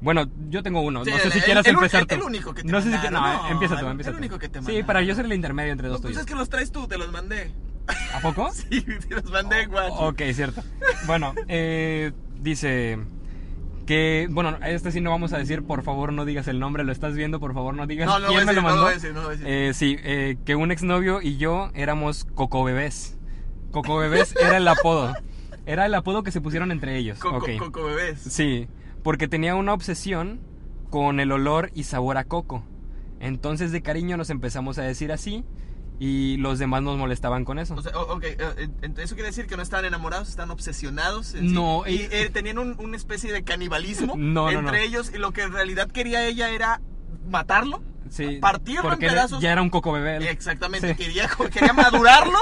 [SPEAKER 3] Bueno, yo tengo uno.
[SPEAKER 2] Sí,
[SPEAKER 3] no sé
[SPEAKER 2] el-
[SPEAKER 3] si
[SPEAKER 2] el-
[SPEAKER 3] quieras
[SPEAKER 2] el-
[SPEAKER 3] empezar
[SPEAKER 2] el-
[SPEAKER 3] tú.
[SPEAKER 2] el único que te
[SPEAKER 3] no sé si qui-
[SPEAKER 2] mandaron,
[SPEAKER 3] no,
[SPEAKER 2] no,
[SPEAKER 3] empieza tú,
[SPEAKER 2] el-
[SPEAKER 3] empieza
[SPEAKER 2] el
[SPEAKER 3] tú.
[SPEAKER 2] único que te
[SPEAKER 3] Sí,
[SPEAKER 2] mandaron.
[SPEAKER 3] para yo ser el intermedio entre dos
[SPEAKER 2] Pues
[SPEAKER 3] tuyos.
[SPEAKER 2] es que los traes tú, te los mandé.
[SPEAKER 3] ¿A poco?
[SPEAKER 2] Sí, te los
[SPEAKER 3] Oh,
[SPEAKER 2] mandé, guacho.
[SPEAKER 3] Ok, cierto. Bueno, eh, dice que, bueno, este sí no vamos a decir, por favor no digas el nombre, lo estás viendo, por favor no digas
[SPEAKER 2] No, no
[SPEAKER 3] quién
[SPEAKER 2] voy a
[SPEAKER 3] me lo
[SPEAKER 2] decir, no
[SPEAKER 3] mandó.
[SPEAKER 2] lo voy a decir, no lo voy a decir.
[SPEAKER 3] Eh, sí, eh, que un exnovio y yo éramos Coco Bebés. Coco Bebés era el apodo. Era el apodo que se pusieron entre ellos.
[SPEAKER 2] Coco,
[SPEAKER 3] Ok.
[SPEAKER 2] coco bebés.
[SPEAKER 3] Sí, porque tenía una obsesión con el olor y sabor a coco. Entonces de cariño nos empezamos a decir así y los demás nos molestaban con eso.
[SPEAKER 2] O sea, o- ok, eh, eh, ent- eso quiere decir que no estaban enamorados, están obsesionados. en sí.
[SPEAKER 3] No,
[SPEAKER 2] y
[SPEAKER 3] eh,
[SPEAKER 2] eh, tenían un- una especie de canibalismo
[SPEAKER 3] No, no,
[SPEAKER 2] entre
[SPEAKER 3] no.
[SPEAKER 2] ellos y lo que en realidad quería ella era matarlo.
[SPEAKER 3] Sí,
[SPEAKER 2] partirlo en
[SPEAKER 3] porque era-
[SPEAKER 2] pedazos.
[SPEAKER 3] ya era un coco bebé. el-
[SPEAKER 2] Exactamente,
[SPEAKER 3] Sí.
[SPEAKER 2] quería, co- quería madurarlo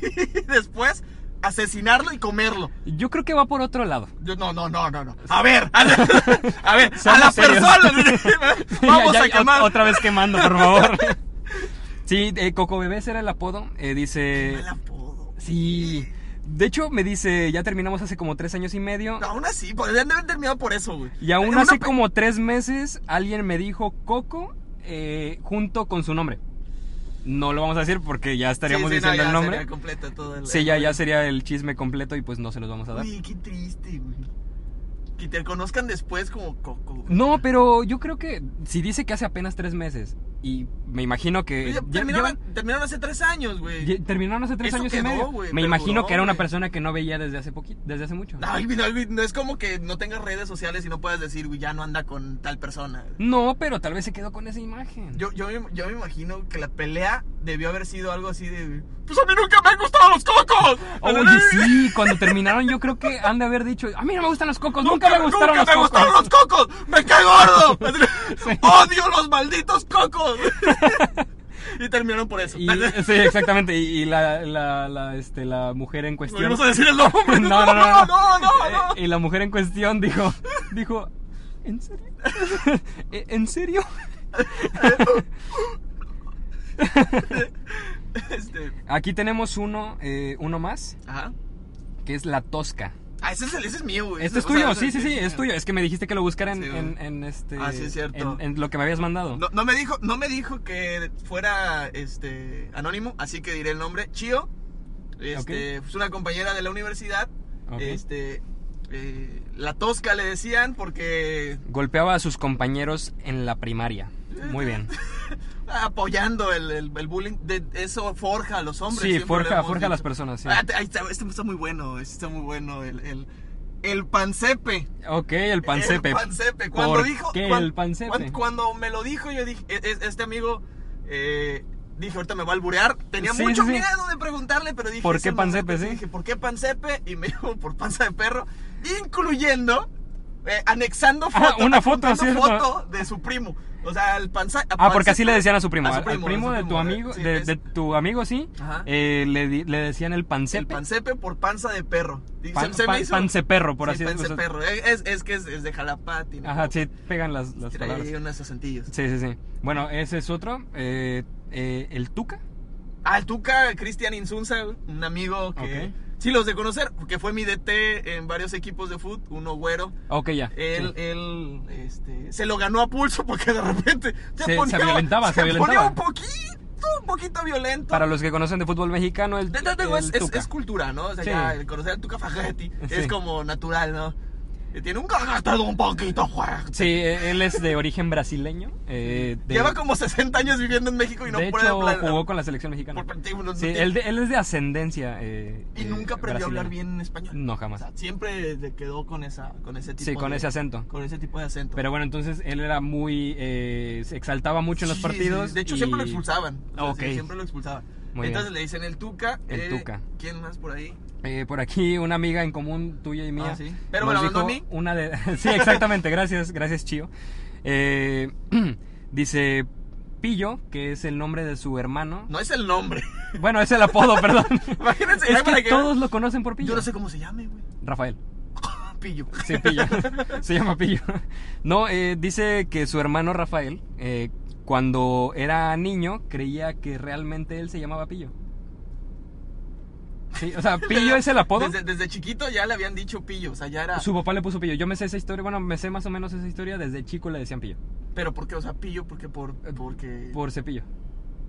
[SPEAKER 2] y después asesinarlo y comerlo.
[SPEAKER 3] Yo creo que va por otro lado.
[SPEAKER 2] Yo- no, no, no, no, no. A ver, a, la- a ver, a
[SPEAKER 3] Seamos
[SPEAKER 2] la
[SPEAKER 3] serios.
[SPEAKER 2] persona. Vamos
[SPEAKER 3] Ya, ya,
[SPEAKER 2] a quemar.
[SPEAKER 3] ot- Otra vez quemando, por favor. sí, eh, Coco Bebés era el apodo. eh, dice.
[SPEAKER 2] Mal apodo.
[SPEAKER 3] Sí. De hecho, me dice, ya terminamos hace como tres años y medio.
[SPEAKER 2] No, aún así, podrían haber terminado por eso, güey.
[SPEAKER 3] Y aún
[SPEAKER 2] Una
[SPEAKER 3] hace
[SPEAKER 2] pe-
[SPEAKER 3] como tres meses alguien me dijo Coco eh, junto con su nombre. No lo vamos a decir porque ya estaríamos
[SPEAKER 2] Sí, sí, no,
[SPEAKER 3] diciendo
[SPEAKER 2] ya
[SPEAKER 3] el nombre.
[SPEAKER 2] sería completo todo el-
[SPEAKER 3] Sí, ya, ya sería el chisme completo y pues no se los vamos a dar.
[SPEAKER 2] Uy, qué triste, güey. Que te conozcan después como Coco. güey.
[SPEAKER 3] No, pero yo creo que si dice que hace apenas tres meses Y me imagino que.
[SPEAKER 2] Oye,
[SPEAKER 3] lle-
[SPEAKER 2] terminaron,
[SPEAKER 3] llevan-
[SPEAKER 2] terminaron hace tres años, güey.
[SPEAKER 3] lle- terminaron hace tres
[SPEAKER 2] eh, Eso
[SPEAKER 3] años y
[SPEAKER 2] quedó,
[SPEAKER 3] medio.
[SPEAKER 2] güey,
[SPEAKER 3] me
[SPEAKER 2] pero
[SPEAKER 3] imagino
[SPEAKER 2] duró,
[SPEAKER 3] que era una
[SPEAKER 2] güey.
[SPEAKER 3] persona que no veía desde hace poquito, desde hace mucho.
[SPEAKER 2] Ay, mira, güey, no es como que no tengas redes sociales y no puedas decir, güey, ya no anda con tal persona.
[SPEAKER 3] No, pero tal vez se quedó con esa imagen.
[SPEAKER 2] Yo, yo, me- yo me imagino que la pelea debió haber sido algo así de. ¡Pues a mí nunca me han gustado los cocos!
[SPEAKER 3] Oye, sí, cuando terminaron yo creo que han de haber dicho, a mí no me gustan los cocos, pues nunca, me gustaron
[SPEAKER 2] nunca me
[SPEAKER 3] los cocos.
[SPEAKER 2] gustaron los cocos! ¡Me cae gordo! ¡Odio los malditos cocos! y terminaron por eso.
[SPEAKER 3] Y- sí, exactamente, y, y la, la, la, este, la mujer en
[SPEAKER 2] Pues, No
[SPEAKER 3] cuestión...
[SPEAKER 2] íbamos a decir el nombre.
[SPEAKER 3] no, no, no, no,
[SPEAKER 2] no, no, no.
[SPEAKER 3] Eh, Y la mujer en cuestión dijo, dijo, ¿en serio? ¿E- ¿En serio?
[SPEAKER 2] Este,
[SPEAKER 3] Aquí tenemos uno, eh, uno más,
[SPEAKER 2] Ajá.
[SPEAKER 3] que es la tosca.
[SPEAKER 2] Ah, ese es, el- ese es mío, güey.
[SPEAKER 3] Este es
[SPEAKER 2] O sea,
[SPEAKER 3] tuyo,
[SPEAKER 2] ese-
[SPEAKER 3] sí, sí, sí, es tuyo. Es que me dijiste que lo buscara en,
[SPEAKER 2] Sí, güey.
[SPEAKER 3] en, en este...
[SPEAKER 2] Ah, sí, es cierto.
[SPEAKER 3] En, en lo que me habías mandado.
[SPEAKER 2] No, no me dijo, no me dijo que fuera este anónimo, así que diré el nombre. Chio, este, es una compañera de la universidad.
[SPEAKER 3] Ok.
[SPEAKER 2] Este, eh, la tosca le decían porque
[SPEAKER 3] Golpeaba a sus compañeros en la primaria. Muy bien.
[SPEAKER 2] apoyando el, el- el bullying, de, eso forja a los hombres.
[SPEAKER 3] Sí,
[SPEAKER 2] siempre lo
[SPEAKER 3] forja,
[SPEAKER 2] hemos
[SPEAKER 3] forja a las
[SPEAKER 2] dicho.
[SPEAKER 3] personas, sí.
[SPEAKER 2] Ah, te- ahí está, este está muy bueno, este está muy bueno, el, el, el pancepe.
[SPEAKER 3] Ok, el pancepe.
[SPEAKER 2] El pancepe. Cuando
[SPEAKER 3] ¿Por
[SPEAKER 2] dijo.
[SPEAKER 3] qué
[SPEAKER 2] cuan-
[SPEAKER 3] el pancepe?
[SPEAKER 2] cuan- Cuando me lo dijo, yo dije. e- e- Este amigo. eh, dije, ahorita me va a alburear. Tenía
[SPEAKER 3] Sí,
[SPEAKER 2] mucho
[SPEAKER 3] sí, sí.
[SPEAKER 2] miedo de preguntarle, pero dije.
[SPEAKER 3] ¿Por
[SPEAKER 2] es
[SPEAKER 3] qué
[SPEAKER 2] el momento.
[SPEAKER 3] pancepe, sí?
[SPEAKER 2] Dije, ¿por qué pancepe? Y me dijo, por panza de perro. Incluyendo. eh, anexando
[SPEAKER 3] Ah,
[SPEAKER 2] foto,
[SPEAKER 3] una foto,
[SPEAKER 2] adjuntando
[SPEAKER 3] ¿cierto?
[SPEAKER 2] foto de su primo. O sea, el panza. a
[SPEAKER 3] Ah,
[SPEAKER 2] Pancepe-
[SPEAKER 3] porque así le decían a su primo.
[SPEAKER 2] a su
[SPEAKER 3] al-
[SPEAKER 2] primo,
[SPEAKER 3] al
[SPEAKER 2] a
[SPEAKER 3] primo
[SPEAKER 2] su
[SPEAKER 3] de tu
[SPEAKER 2] primo,
[SPEAKER 3] amigo,
[SPEAKER 2] sí,
[SPEAKER 3] de,
[SPEAKER 2] es-
[SPEAKER 3] de tu amigo, sí.
[SPEAKER 2] Ajá.
[SPEAKER 3] eh, le, di- le decían el pancepe.
[SPEAKER 2] El pancepe por panza de perro. Dije,
[SPEAKER 3] Pan-
[SPEAKER 2] se- se me
[SPEAKER 3] pan-
[SPEAKER 2] hizo-
[SPEAKER 3] panceperro, por
[SPEAKER 2] Sí,
[SPEAKER 3] así decirlo.
[SPEAKER 2] panceperro. Eh, Es, es que es, es de Jalapa. Tiene
[SPEAKER 3] Ajá,
[SPEAKER 2] como-
[SPEAKER 3] sí, pegan las, las
[SPEAKER 2] trae
[SPEAKER 3] palabras.
[SPEAKER 2] ahí unos acentillos.
[SPEAKER 3] Sí, sí, sí. Bueno, ese es otro. eh, eh, el tuca.
[SPEAKER 2] Ah, el Tuca, Cristian Insunza, un amigo que
[SPEAKER 3] Ok.
[SPEAKER 2] sí los de conocer, porque fue mi DT en varios equipos de fútbol, uno güero.
[SPEAKER 3] Ok, ya. sí.
[SPEAKER 2] Él, él este, se lo ganó a pulso porque de repente
[SPEAKER 3] Se- se violentaba, se violentaba.
[SPEAKER 2] ponía un poquito, un poquito violento.
[SPEAKER 3] Para los que conocen de fútbol mexicano, el,
[SPEAKER 2] De- de- de-
[SPEAKER 3] el
[SPEAKER 2] es, es-
[SPEAKER 3] tuca.
[SPEAKER 2] es cultura, ¿no? O sea,
[SPEAKER 3] Sí.
[SPEAKER 2] ya el conocer al Tuca Fajetti
[SPEAKER 3] Sí.
[SPEAKER 2] es como natural, ¿no? Y Tiene un gastado un poquito fuerte.
[SPEAKER 3] Sí, eh, él es de origen brasileño. eh, de-
[SPEAKER 2] Lleva como 60 años viviendo en México y no
[SPEAKER 3] de
[SPEAKER 2] puede
[SPEAKER 3] hecho,
[SPEAKER 2] hablar.
[SPEAKER 3] jugó con la selección mexicana.
[SPEAKER 2] por- no
[SPEAKER 3] Sí,
[SPEAKER 2] tiene-
[SPEAKER 3] él, de- él es de ascendencia. eh,
[SPEAKER 2] Y
[SPEAKER 3] eh,
[SPEAKER 2] nunca aprendió a hablar
[SPEAKER 3] brasileña.
[SPEAKER 2] bien en español.
[SPEAKER 3] No,
[SPEAKER 2] O
[SPEAKER 3] jamás.
[SPEAKER 2] sea, siempre te quedó con esa con ese tipo
[SPEAKER 3] Sí, con
[SPEAKER 2] de,
[SPEAKER 3] ese acento.
[SPEAKER 2] con ese tipo de acento.
[SPEAKER 3] Pero bueno, entonces él era muy. eh, se exaltaba mucho en los
[SPEAKER 2] Sí,
[SPEAKER 3] partidos.
[SPEAKER 2] sí, De hecho,
[SPEAKER 3] y-
[SPEAKER 2] siempre lo expulsaban. O sea,
[SPEAKER 3] Ok.
[SPEAKER 2] sí, siempre lo expulsaban.
[SPEAKER 3] Muy
[SPEAKER 2] Entonces
[SPEAKER 3] bien.
[SPEAKER 2] le dicen el Tuca. eh,
[SPEAKER 3] El Tuca.
[SPEAKER 2] ¿Quién más por ahí?
[SPEAKER 3] Eh, por aquí, una amiga en común tuya y mía.
[SPEAKER 2] Ah, sí. Pero me
[SPEAKER 3] nos
[SPEAKER 2] la mandó
[SPEAKER 3] dijo
[SPEAKER 2] a mí.
[SPEAKER 3] Una de... sí, exactamente. gracias, gracias, Chio. Eh, dice Pillo, que es el nombre de su hermano.
[SPEAKER 2] No es el nombre.
[SPEAKER 3] Bueno, es el apodo, perdón.
[SPEAKER 2] Imagínense,
[SPEAKER 3] es
[SPEAKER 2] ya para
[SPEAKER 3] que
[SPEAKER 2] que-
[SPEAKER 3] todos lo conocen por Pillo.
[SPEAKER 2] Yo no sé cómo se llame, güey.
[SPEAKER 3] Rafael.
[SPEAKER 2] Pillo.
[SPEAKER 3] Sí, Pillo. Se llama Pillo. No, eh, dice que su hermano Rafael, eh, cuando era niño, creía que realmente él se llamaba Pillo. Sí, o sea, Pillo es el apodo.
[SPEAKER 2] Desde, desde chiquito ya le habían dicho Pillo. O sea, ya era.
[SPEAKER 3] Su papá le puso Pillo. Yo me sé esa historia, bueno, me sé más o menos esa historia. Desde chico le decían Pillo.
[SPEAKER 2] Pero ¿por qué? O sea, Pillo, porque por. Porque.
[SPEAKER 3] Por cepillo.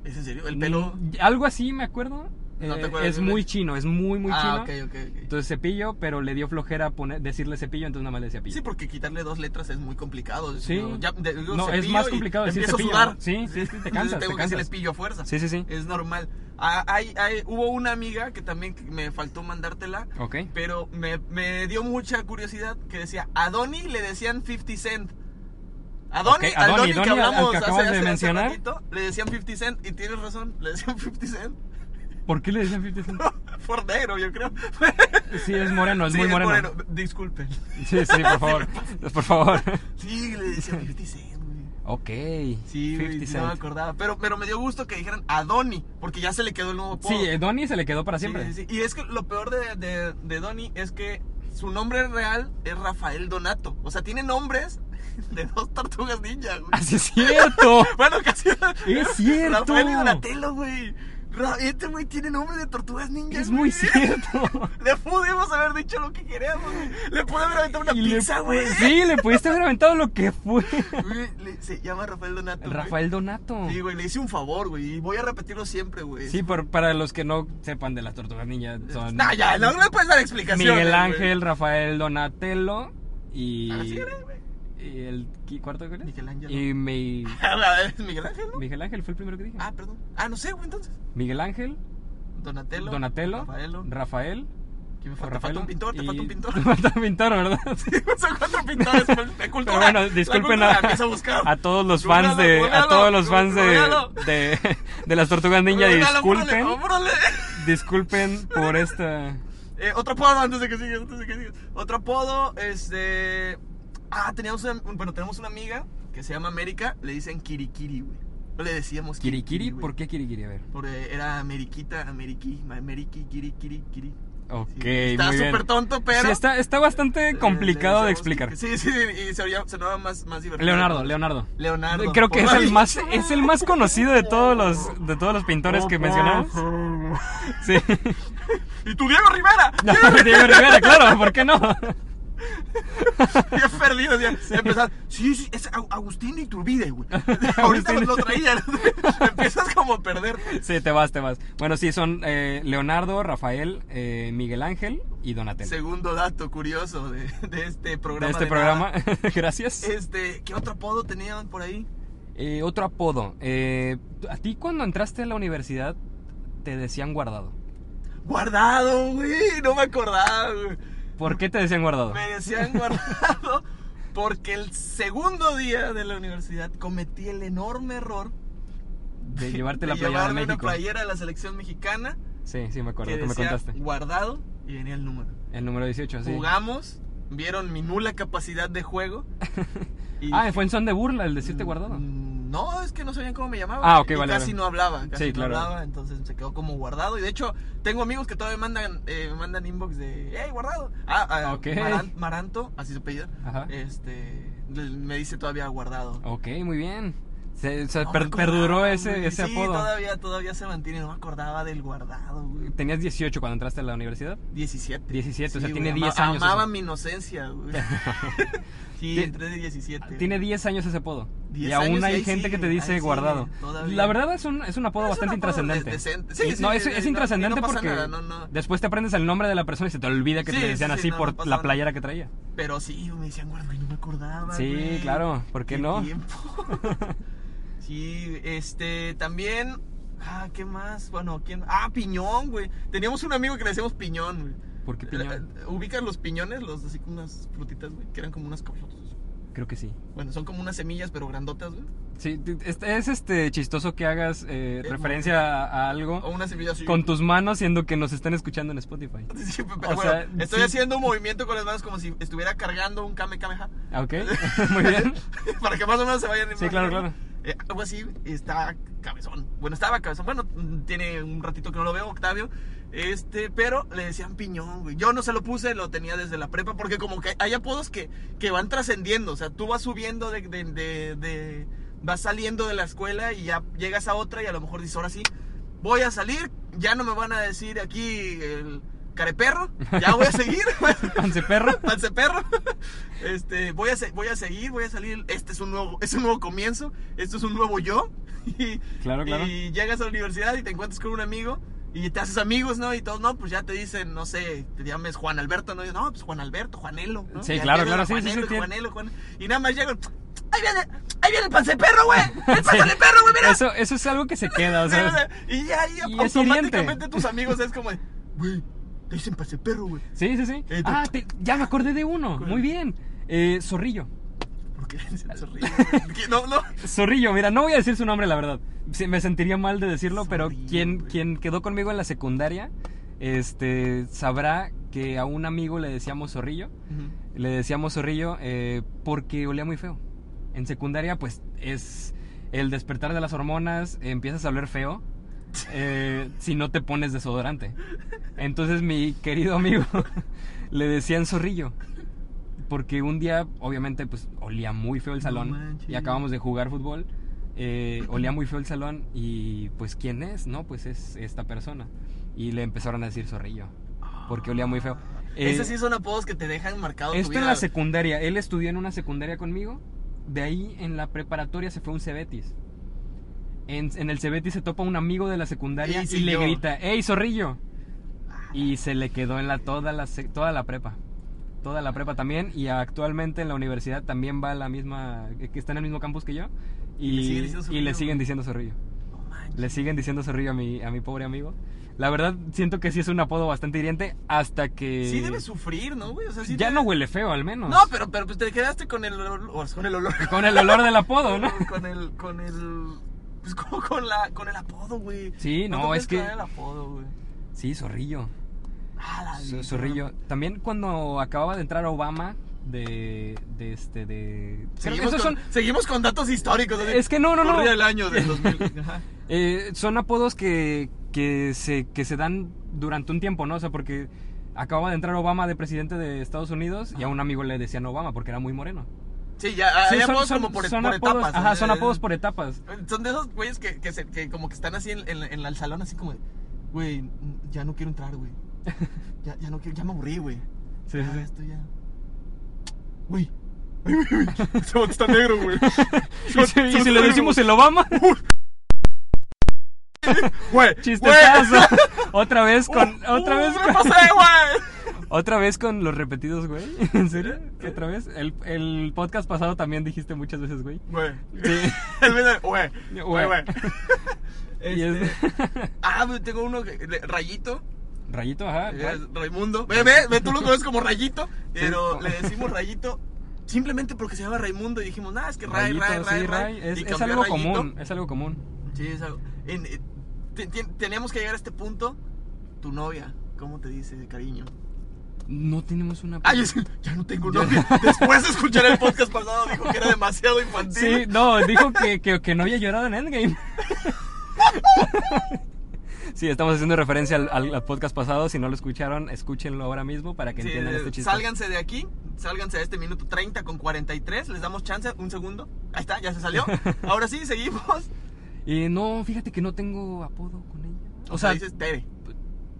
[SPEAKER 2] ¿Es en serio? El pelo.
[SPEAKER 3] Mm, Algo así, me acuerdo.
[SPEAKER 2] No te
[SPEAKER 3] Eh,
[SPEAKER 2] acuerdas
[SPEAKER 3] es
[SPEAKER 2] bien.
[SPEAKER 3] muy chino, es muy, muy
[SPEAKER 2] ah,
[SPEAKER 3] chino.
[SPEAKER 2] ok, ok, ok.
[SPEAKER 3] Entonces cepillo, pero le dio flojera poner, decirle cepillo, entonces nada más le decía pillo.
[SPEAKER 2] Sí, porque quitarle dos letras es muy complicado.
[SPEAKER 3] Sí.
[SPEAKER 2] No, ya- de- digo,
[SPEAKER 3] No, es
[SPEAKER 2] cepillo
[SPEAKER 3] más
[SPEAKER 2] y
[SPEAKER 3] complicado decir
[SPEAKER 2] empiezo a
[SPEAKER 3] cepillo.
[SPEAKER 2] sudar.
[SPEAKER 3] Sí, sí, sí, te
[SPEAKER 2] Entonces
[SPEAKER 3] cansas,
[SPEAKER 2] Tengo
[SPEAKER 3] te
[SPEAKER 2] que decirle
[SPEAKER 3] cansas.
[SPEAKER 2] pillo a fuerza.
[SPEAKER 3] Sí, sí, sí.
[SPEAKER 2] Es normal. Ah, hay- hay- hubo una amiga que también me faltó mandártela,
[SPEAKER 3] Ok.
[SPEAKER 2] pero me, me dio mucha curiosidad que decía, a Donny le decían 50 Cent. A Donny,
[SPEAKER 3] Ok, a
[SPEAKER 2] al
[SPEAKER 3] Donny,
[SPEAKER 2] Donny que
[SPEAKER 3] Donny, al- al
[SPEAKER 2] hablamos
[SPEAKER 3] que
[SPEAKER 2] hace-
[SPEAKER 3] acabas de
[SPEAKER 2] hace- hace
[SPEAKER 3] mencionar.
[SPEAKER 2] ratito, le decían 50 Cent y tienes razón, le decían 50 Cent.
[SPEAKER 3] ¿Por qué le decían 50 Cent?
[SPEAKER 2] Por negro, yo creo.
[SPEAKER 3] Sí, es moreno, es
[SPEAKER 2] Sí,
[SPEAKER 3] muy moreno.
[SPEAKER 2] Disculpen.
[SPEAKER 3] Sí, sí, por favor. por favor.
[SPEAKER 2] Sí, le decían 50 Cent, güey.
[SPEAKER 3] Ok.
[SPEAKER 2] Sí, güey,
[SPEAKER 3] 50
[SPEAKER 2] no me
[SPEAKER 3] Cent.
[SPEAKER 2] acordaba. Pero, pero me dio gusto que dijeran a Donny, porque ya se le quedó el nuevo apodo.
[SPEAKER 3] Sí, eh, Donnie se le quedó para
[SPEAKER 2] Sí,
[SPEAKER 3] siempre.
[SPEAKER 2] sí, sí. Y es que lo peor de, de, de Donny es que su nombre real es Rafael Donato. O sea, tiene nombres de dos tortugas ninja, güey.
[SPEAKER 3] Así Ah, es cierto.
[SPEAKER 2] Bueno, casi.
[SPEAKER 3] Es cierto.
[SPEAKER 2] Rafael y Donatello, güey. Ra- Este güey tiene nombre de tortugas ninja.
[SPEAKER 3] es
[SPEAKER 2] güey.
[SPEAKER 3] muy cierto.
[SPEAKER 2] Le pudimos haber dicho lo que queríamos. güey. Le pude haber aventado una
[SPEAKER 3] Y le
[SPEAKER 2] pizza,
[SPEAKER 3] pu-
[SPEAKER 2] güey.
[SPEAKER 3] Sí, le pudiste haber aventado lo que fue.
[SPEAKER 2] Güey, le- Se llama Rafael Donato.
[SPEAKER 3] El
[SPEAKER 2] güey.
[SPEAKER 3] Rafael Donato.
[SPEAKER 2] Sí, güey, le hice un favor, güey. Y voy a repetirlo siempre, güey.
[SPEAKER 3] Sí, por- para los que no sepan de las tortugas ninjas, son
[SPEAKER 2] No, ya, no me puedes dar explicaciones.
[SPEAKER 3] Miguel
[SPEAKER 2] güey.
[SPEAKER 3] Ángel, Rafael Donatello y,
[SPEAKER 2] Así Ah, era, güey.
[SPEAKER 3] ¿Y el qui- cuarto cuál es?
[SPEAKER 2] Miguel Ángel.
[SPEAKER 3] Y mi-
[SPEAKER 2] ¿Es Miguel Ángel, ¿Ah, no?
[SPEAKER 3] Miguel Ángel fue el primero que dije.
[SPEAKER 2] Ah, perdón. Ah, no sé, güey, entonces.
[SPEAKER 3] Miguel Ángel,
[SPEAKER 2] Donatello.
[SPEAKER 3] Donatello,
[SPEAKER 2] Rafaelo.
[SPEAKER 3] Rafael.
[SPEAKER 2] ¿Quién me falta?
[SPEAKER 3] o
[SPEAKER 2] Falta
[SPEAKER 3] Rafaelo,
[SPEAKER 2] un pintor, te falta
[SPEAKER 3] y-
[SPEAKER 2] un pintor.
[SPEAKER 3] Te falta un pintor, ¿verdad?
[SPEAKER 2] Son cuatro pintores de cultura.
[SPEAKER 3] Pero bueno, disculpen
[SPEAKER 2] La cultura,
[SPEAKER 3] a,
[SPEAKER 2] empieza a buscar.
[SPEAKER 3] a todos los
[SPEAKER 2] Googlealo,
[SPEAKER 3] fans de a
[SPEAKER 2] googlealo,
[SPEAKER 3] todos los fans de,
[SPEAKER 2] googlealo.
[SPEAKER 3] de, de las tortugas ninja
[SPEAKER 2] Órale,
[SPEAKER 3] disculpen
[SPEAKER 2] órale, órale.
[SPEAKER 3] disculpen por esta
[SPEAKER 2] Eh, otro apodo antes de que sigas, antes de que sigas. Otro apodo, este. Ah, teníamos una, bueno, tenemos una amiga que se llama América, le dicen Kirikiri, güey. No le decíamos
[SPEAKER 3] kirikiri,
[SPEAKER 2] güey.
[SPEAKER 3] ¿por qué kirikiri? A ver.
[SPEAKER 2] Porque era Ameriquita, Ameriqui, Ameriqui, Kirikiri, Kiri.
[SPEAKER 3] Ok,
[SPEAKER 2] Sí, Está
[SPEAKER 3] muy bien.
[SPEAKER 2] súper tonto, pero.
[SPEAKER 3] Sí, está está bastante
[SPEAKER 2] eh,
[SPEAKER 3] complicado
[SPEAKER 2] le decíamos
[SPEAKER 3] de explicar.
[SPEAKER 2] que- Sí, sí, y se oía- sonaba más, más divertido.
[SPEAKER 3] Leonardo, Leonardo.
[SPEAKER 2] Leonardo.
[SPEAKER 3] Creo que
[SPEAKER 2] por
[SPEAKER 3] es el
[SPEAKER 2] ahí.
[SPEAKER 3] más es el más conocido de todos los de todos los pintores que mencionamos. Sí.
[SPEAKER 2] ¡Y tu Diego Rivera!
[SPEAKER 3] No, Diego Rivera, claro, ¿por qué no?
[SPEAKER 2] Bien perdido, ya. Empezar, sí, sí, es Au- Agustín de Iturbide, güey. Ahorita
[SPEAKER 3] Agustín.
[SPEAKER 2] lo traía. Empiezas como a perder.
[SPEAKER 3] Sí, te vas, te vas. Bueno, sí, son eh, Leonardo, Rafael, eh, Miguel Ángel y Donatello.
[SPEAKER 2] Segundo dato curioso de, de este
[SPEAKER 3] de
[SPEAKER 2] programa.
[SPEAKER 3] este
[SPEAKER 2] de
[SPEAKER 3] programa.
[SPEAKER 2] nada.
[SPEAKER 3] Gracias.
[SPEAKER 2] Este, ¿qué otro apodo tenían por ahí?
[SPEAKER 3] Eh, otro apodo. eh, a ti cuando entraste a la universidad te decían guardado.
[SPEAKER 2] Guardado, güey. No me acordaba, güey.
[SPEAKER 3] ¿Por qué te decían guardado?
[SPEAKER 2] Me decían guardado porque el segundo día de la universidad cometí el enorme error
[SPEAKER 3] De llevarte
[SPEAKER 2] de
[SPEAKER 3] la playera de
[SPEAKER 2] llevarme
[SPEAKER 3] México.
[SPEAKER 2] una playera de la selección mexicana
[SPEAKER 3] Sí, sí, me acuerdo,
[SPEAKER 2] que
[SPEAKER 3] que me
[SPEAKER 2] decía
[SPEAKER 3] contaste.
[SPEAKER 2] guardado y venía el número.
[SPEAKER 3] El número 18, sí.
[SPEAKER 2] Jugamos, vieron mi nula capacidad de juego. y-
[SPEAKER 3] Ah, fue en son de burla el decirte guardado.
[SPEAKER 2] Mm, No, es que no sabían cómo me llamaba.
[SPEAKER 3] Ah, ok,
[SPEAKER 2] Y
[SPEAKER 3] vale,
[SPEAKER 2] Casi
[SPEAKER 3] vale.
[SPEAKER 2] no hablaba, casi
[SPEAKER 3] Sí,
[SPEAKER 2] no
[SPEAKER 3] claro.
[SPEAKER 2] hablaba, entonces se quedó como guardado. Y de hecho, tengo amigos que todavía me mandan, eh, me mandan inbox de, hey, guardado. Ah, ah,
[SPEAKER 3] Ok.
[SPEAKER 2] Maran- Maranto, así se apellida.
[SPEAKER 3] Ajá.
[SPEAKER 2] Este, le- me dice todavía guardado.
[SPEAKER 3] Ok, muy bien. Se, se
[SPEAKER 2] No me
[SPEAKER 3] per-
[SPEAKER 2] acordaba,
[SPEAKER 3] perduró ese,
[SPEAKER 2] güey.
[SPEAKER 3] ese
[SPEAKER 2] sí,
[SPEAKER 3] apodo.
[SPEAKER 2] todavía, todavía se mantiene, no me acordaba del guardado, güey.
[SPEAKER 3] Tenías 18 cuando entraste a la universidad.
[SPEAKER 2] 17.
[SPEAKER 3] 17, o sea, tiene
[SPEAKER 2] güey,
[SPEAKER 3] 10
[SPEAKER 2] ama-
[SPEAKER 3] años
[SPEAKER 2] Amaba
[SPEAKER 3] eso.
[SPEAKER 2] mi inocencia, güey. sí,
[SPEAKER 3] Ti-
[SPEAKER 2] entré de 17.
[SPEAKER 3] Tiene 10 años ese apodo.
[SPEAKER 2] 10
[SPEAKER 3] Y aún
[SPEAKER 2] años y
[SPEAKER 3] hay
[SPEAKER 2] ahí
[SPEAKER 3] gente que te
[SPEAKER 2] sigue,
[SPEAKER 3] dice
[SPEAKER 2] ahí
[SPEAKER 3] guardado.
[SPEAKER 2] sigue, todavía.
[SPEAKER 3] La verdad es un, es un apodo
[SPEAKER 2] Es un apodo
[SPEAKER 3] bastante intrascendente.
[SPEAKER 2] de- decente. Sí,
[SPEAKER 3] Y-
[SPEAKER 2] sí,
[SPEAKER 3] no,
[SPEAKER 2] sí,
[SPEAKER 3] es,
[SPEAKER 2] sí,
[SPEAKER 3] es
[SPEAKER 2] no- y no
[SPEAKER 3] intrascendente
[SPEAKER 2] pasa
[SPEAKER 3] porque
[SPEAKER 2] nada, no, no.
[SPEAKER 3] después te aprendes el nombre de la persona y se te olvida que
[SPEAKER 2] Sí,
[SPEAKER 3] te decían
[SPEAKER 2] sí, sí,
[SPEAKER 3] así
[SPEAKER 2] no,
[SPEAKER 3] por
[SPEAKER 2] no pasa
[SPEAKER 3] la
[SPEAKER 2] nada.
[SPEAKER 3] playera que traía.
[SPEAKER 2] Pero sí, me decían guardado y no me acordaba.
[SPEAKER 3] Sí,
[SPEAKER 2] güey.
[SPEAKER 3] claro, ¿por qué no?
[SPEAKER 2] tiempo. sí, este, también. Ah, ¿qué más? Bueno, ¿quién? Ah, piñón, güey. Teníamos un amigo que le decíamos piñón, güey.
[SPEAKER 3] ¿Por qué piñón?
[SPEAKER 2] Eh, ¿Ubicas los piñones? Los así como unas frutitas, güey, que eran como unas cosas.
[SPEAKER 3] Creo que sí.
[SPEAKER 2] Bueno, son como unas semillas, pero grandotas, güey.
[SPEAKER 3] Sí, t- es, es, este chistoso que hagas eh,
[SPEAKER 2] Eh,
[SPEAKER 3] referencia a, a
[SPEAKER 2] O
[SPEAKER 3] algo
[SPEAKER 2] unas semillas así.
[SPEAKER 3] con tus manos siendo que nos están escuchando en Spotify.
[SPEAKER 2] Sí, pero
[SPEAKER 3] O
[SPEAKER 2] bueno,
[SPEAKER 3] sea,
[SPEAKER 2] estoy
[SPEAKER 3] sí.
[SPEAKER 2] haciendo un movimiento con las manos como si estuviera cargando un Kame Kameha.
[SPEAKER 3] Ah, ¿Ok? Muy bien.
[SPEAKER 2] Para que más o menos se vayan
[SPEAKER 3] Sí,
[SPEAKER 2] imaginando.
[SPEAKER 3] claro, claro.
[SPEAKER 2] Eh, algo así está cabezón. Bueno, estaba cabezón. Bueno, mm, tiene un ratito que no lo veo, Octavio. Este, pero le decían piñón, güey. Yo no se lo puse, lo tenía desde la prepa, porque como que hay apodos que, que van trascendiendo. O sea, tú vas subiendo de, de, de- de- Vas saliendo de la escuela y ya llegas a otra y a lo mejor dices, ahora sí, voy a salir, ya no me van a decir aquí el careperro, ya voy a seguir.
[SPEAKER 3] Once perro.
[SPEAKER 2] Panse perro. Este, voy a, se- voy a seguir, voy a salir. Este es un nuevo, es un nuevo comienzo. Esto es un nuevo yo. Y,
[SPEAKER 3] Claro, claro.
[SPEAKER 2] y llegas a la universidad y te encuentras con un amigo y te haces amigos, ¿no? Y todos, no, pues ya te dicen, no sé, te llames Juan Alberto, ¿no? Y, no, pues Juan Alberto, Juanelo. ¿no?
[SPEAKER 3] Sí,
[SPEAKER 2] Ya
[SPEAKER 3] claro,
[SPEAKER 2] te llaman
[SPEAKER 3] claro, sí, sí,
[SPEAKER 2] Juanelo,
[SPEAKER 3] sí, tiene-
[SPEAKER 2] Juanelo, Juanelo. Y nada más llegan. Ahí viene, ahí viene el panse perro, güey. El panse perro, güey, mira.
[SPEAKER 3] Eso, eso es algo que se queda, o
[SPEAKER 2] Sí, o sea,
[SPEAKER 3] sea.
[SPEAKER 2] y ya, y
[SPEAKER 3] y es hiriente.
[SPEAKER 2] automáticamente tus amigos es como, de, güey, te dicen panse perro, güey.
[SPEAKER 3] Sí, sí, sí.
[SPEAKER 2] Entonces-
[SPEAKER 3] Ah, te- ya me acordé de uno.
[SPEAKER 2] ¿Cuál?
[SPEAKER 3] Muy bien. Eh, zorrillo.
[SPEAKER 2] Porque se ríe, güey. Que No, no.
[SPEAKER 3] Zorrillo, mira, no voy a decir su nombre, la verdad. Sí, me sentiría mal de decirlo, pero
[SPEAKER 2] Zorrillo,
[SPEAKER 3] quien,
[SPEAKER 2] güey.
[SPEAKER 3] quien quedó conmigo en la secundaria, este, sabrá que a un amigo le decíamos zorrillo. Le decíamos zorrillo eh, porque olía muy feo. En secundaria, pues, es el despertar de las hormonas, empiezas a oler feo eh, si no te pones desodorante. Entonces, mi querido amigo le decían zorrillo. Porque un día, obviamente, pues olía muy feo el
[SPEAKER 2] No
[SPEAKER 3] salón.
[SPEAKER 2] manches.
[SPEAKER 3] y acabamos de jugar fútbol. eh, olía muy feo el salón. Y pues, ¿quién es? No, pues es esta persona. Y le empezaron a decir zorrillo. Porque olía muy feo. Eh,
[SPEAKER 2] Esos sí son apodos que te dejan marcado tu
[SPEAKER 3] esto en
[SPEAKER 2] vida.
[SPEAKER 3] la secundaria. Él estudió en una secundaria conmigo. De ahí en la preparatoria se fue a un Cebetis. En, en el Cebetis se topa un amigo de la secundaria
[SPEAKER 2] Ey,
[SPEAKER 3] y,
[SPEAKER 2] sí,
[SPEAKER 3] le
[SPEAKER 2] yo. Ah,
[SPEAKER 3] grita, ¡Ey, zorrillo! Y se le quedó en la toda la, sec- toda la prepa. toda la prepa también y actualmente en la universidad también va a la misma, eh, que está en el mismo campus que yo
[SPEAKER 2] Y le siguen
[SPEAKER 3] y,
[SPEAKER 2] diciendo
[SPEAKER 3] y le
[SPEAKER 2] zorrillo,
[SPEAKER 3] siguen
[SPEAKER 2] güey.
[SPEAKER 3] diciendo zorrillo.
[SPEAKER 2] No manches.
[SPEAKER 3] Le siguen diciendo zorrillo a mi, a mi pobre amigo. La verdad siento que sí es un apodo bastante hiriente hasta que...
[SPEAKER 2] Sí debe sufrir, ¿no, güey? O sea, sí
[SPEAKER 3] ya
[SPEAKER 2] te-
[SPEAKER 3] no huele feo al menos.
[SPEAKER 2] No, pero, pero pues te quedaste con el olor, con el olor,
[SPEAKER 3] Con el olor del apodo, ¿no?
[SPEAKER 2] con el, con el, pues como con la, con el apodo, güey.
[SPEAKER 3] Sí, no,
[SPEAKER 2] ¿Cuánto puedes
[SPEAKER 3] es que-
[SPEAKER 2] traer el apodo, güey.
[SPEAKER 3] Sí, zorrillo.
[SPEAKER 2] Ah, la
[SPEAKER 3] Zo-
[SPEAKER 2] vida.
[SPEAKER 3] Zorrillo. También cuando acababa de entrar Obama de, de este de creo que
[SPEAKER 2] Seguimos,
[SPEAKER 3] esos
[SPEAKER 2] con,
[SPEAKER 3] son
[SPEAKER 2] seguimos con datos históricos. así,
[SPEAKER 3] es que no no no
[SPEAKER 2] Corría el año del 2000. Ajá.
[SPEAKER 3] Eh, son apodos que, que se que se dan durante un tiempo no o sea porque acababa de entrar Obama de presidente de Estados Unidos y a un amigo le decían Obama porque era muy moreno
[SPEAKER 2] Sí, Ah, ya,
[SPEAKER 3] Sí,
[SPEAKER 2] hay
[SPEAKER 3] son-
[SPEAKER 2] apodos
[SPEAKER 3] son-
[SPEAKER 2] como por, e-
[SPEAKER 3] son
[SPEAKER 2] por
[SPEAKER 3] apodos-
[SPEAKER 2] etapas.
[SPEAKER 3] ajá
[SPEAKER 2] ¿no?
[SPEAKER 3] son apodos por etapas
[SPEAKER 2] Son de esos güeyes que, que, se- que como que están así en, en- en el salón, así como de, güey, ya no quiero entrar, güey. Ya, ya no quiero, ya me aburrí, güey.
[SPEAKER 3] Sí,
[SPEAKER 2] Ya,
[SPEAKER 3] sí, sí.
[SPEAKER 2] esto ya. Güey. Ay, güey, güey. Ese vato está negro, güey. Ese
[SPEAKER 3] y
[SPEAKER 2] vato-
[SPEAKER 3] si,
[SPEAKER 2] ese
[SPEAKER 3] y
[SPEAKER 2] vato
[SPEAKER 3] si le
[SPEAKER 2] está
[SPEAKER 3] decimos el Obama
[SPEAKER 2] negro. Güey.
[SPEAKER 3] chistetazo otra vez con otra vez
[SPEAKER 2] ¿Qué
[SPEAKER 3] con-
[SPEAKER 2] pasé, güey?
[SPEAKER 3] Otra vez con los repetidos, güey. ¿En serio? ¿Qué otra vez? El, el podcast pasado también dijiste muchas veces, güey.
[SPEAKER 2] Güey.
[SPEAKER 3] Sí.
[SPEAKER 2] El video, güey. Güey,
[SPEAKER 3] Güey.
[SPEAKER 2] güey.
[SPEAKER 3] Y es-
[SPEAKER 2] Este, Ah, güey, tengo uno que. le- Rayito.
[SPEAKER 3] Rayito, ajá.
[SPEAKER 2] Eh,
[SPEAKER 3] Ray-
[SPEAKER 2] Raimundo. Ve, ve, ve, tú lo conoces como Rayito. Pero
[SPEAKER 3] no.
[SPEAKER 2] le decimos Rayito simplemente porque se llama Raimundo y dijimos, nah, es que Ray,
[SPEAKER 3] Rayito,
[SPEAKER 2] Ray, Ray,
[SPEAKER 3] sí,
[SPEAKER 2] Ray.
[SPEAKER 3] Ray. Es,
[SPEAKER 2] Y
[SPEAKER 3] es
[SPEAKER 2] cambió
[SPEAKER 3] algo
[SPEAKER 2] Rayito.
[SPEAKER 3] común, es algo común.
[SPEAKER 2] Sí, es algo. en- eh, te- te- teníamos que llegar a este punto. Tu novia, ¿cómo te dice de cariño?
[SPEAKER 3] No tenemos una...
[SPEAKER 2] Ay, es- ya no tengo novia. Después de escuchar el podcast pasado, dijo que era demasiado
[SPEAKER 3] Sí,
[SPEAKER 2] infantil.
[SPEAKER 3] no, dijo que, que, que no había llorado en Endgame. Sí, estamos haciendo referencia al, al- al podcast pasado. Si no lo escucharon, escúchenlo ahora mismo para que
[SPEAKER 2] Sí,
[SPEAKER 3] entiendan
[SPEAKER 2] eh,
[SPEAKER 3] este chiste.
[SPEAKER 2] sálganse de aquí, sálganse de este minuto 30 con 43. Les damos chance, un segundo. Ahí está, ya se salió. Ahora sí, seguimos.
[SPEAKER 3] Y no, fíjate que no tengo apodo con ella. O sea,
[SPEAKER 2] dices Tere.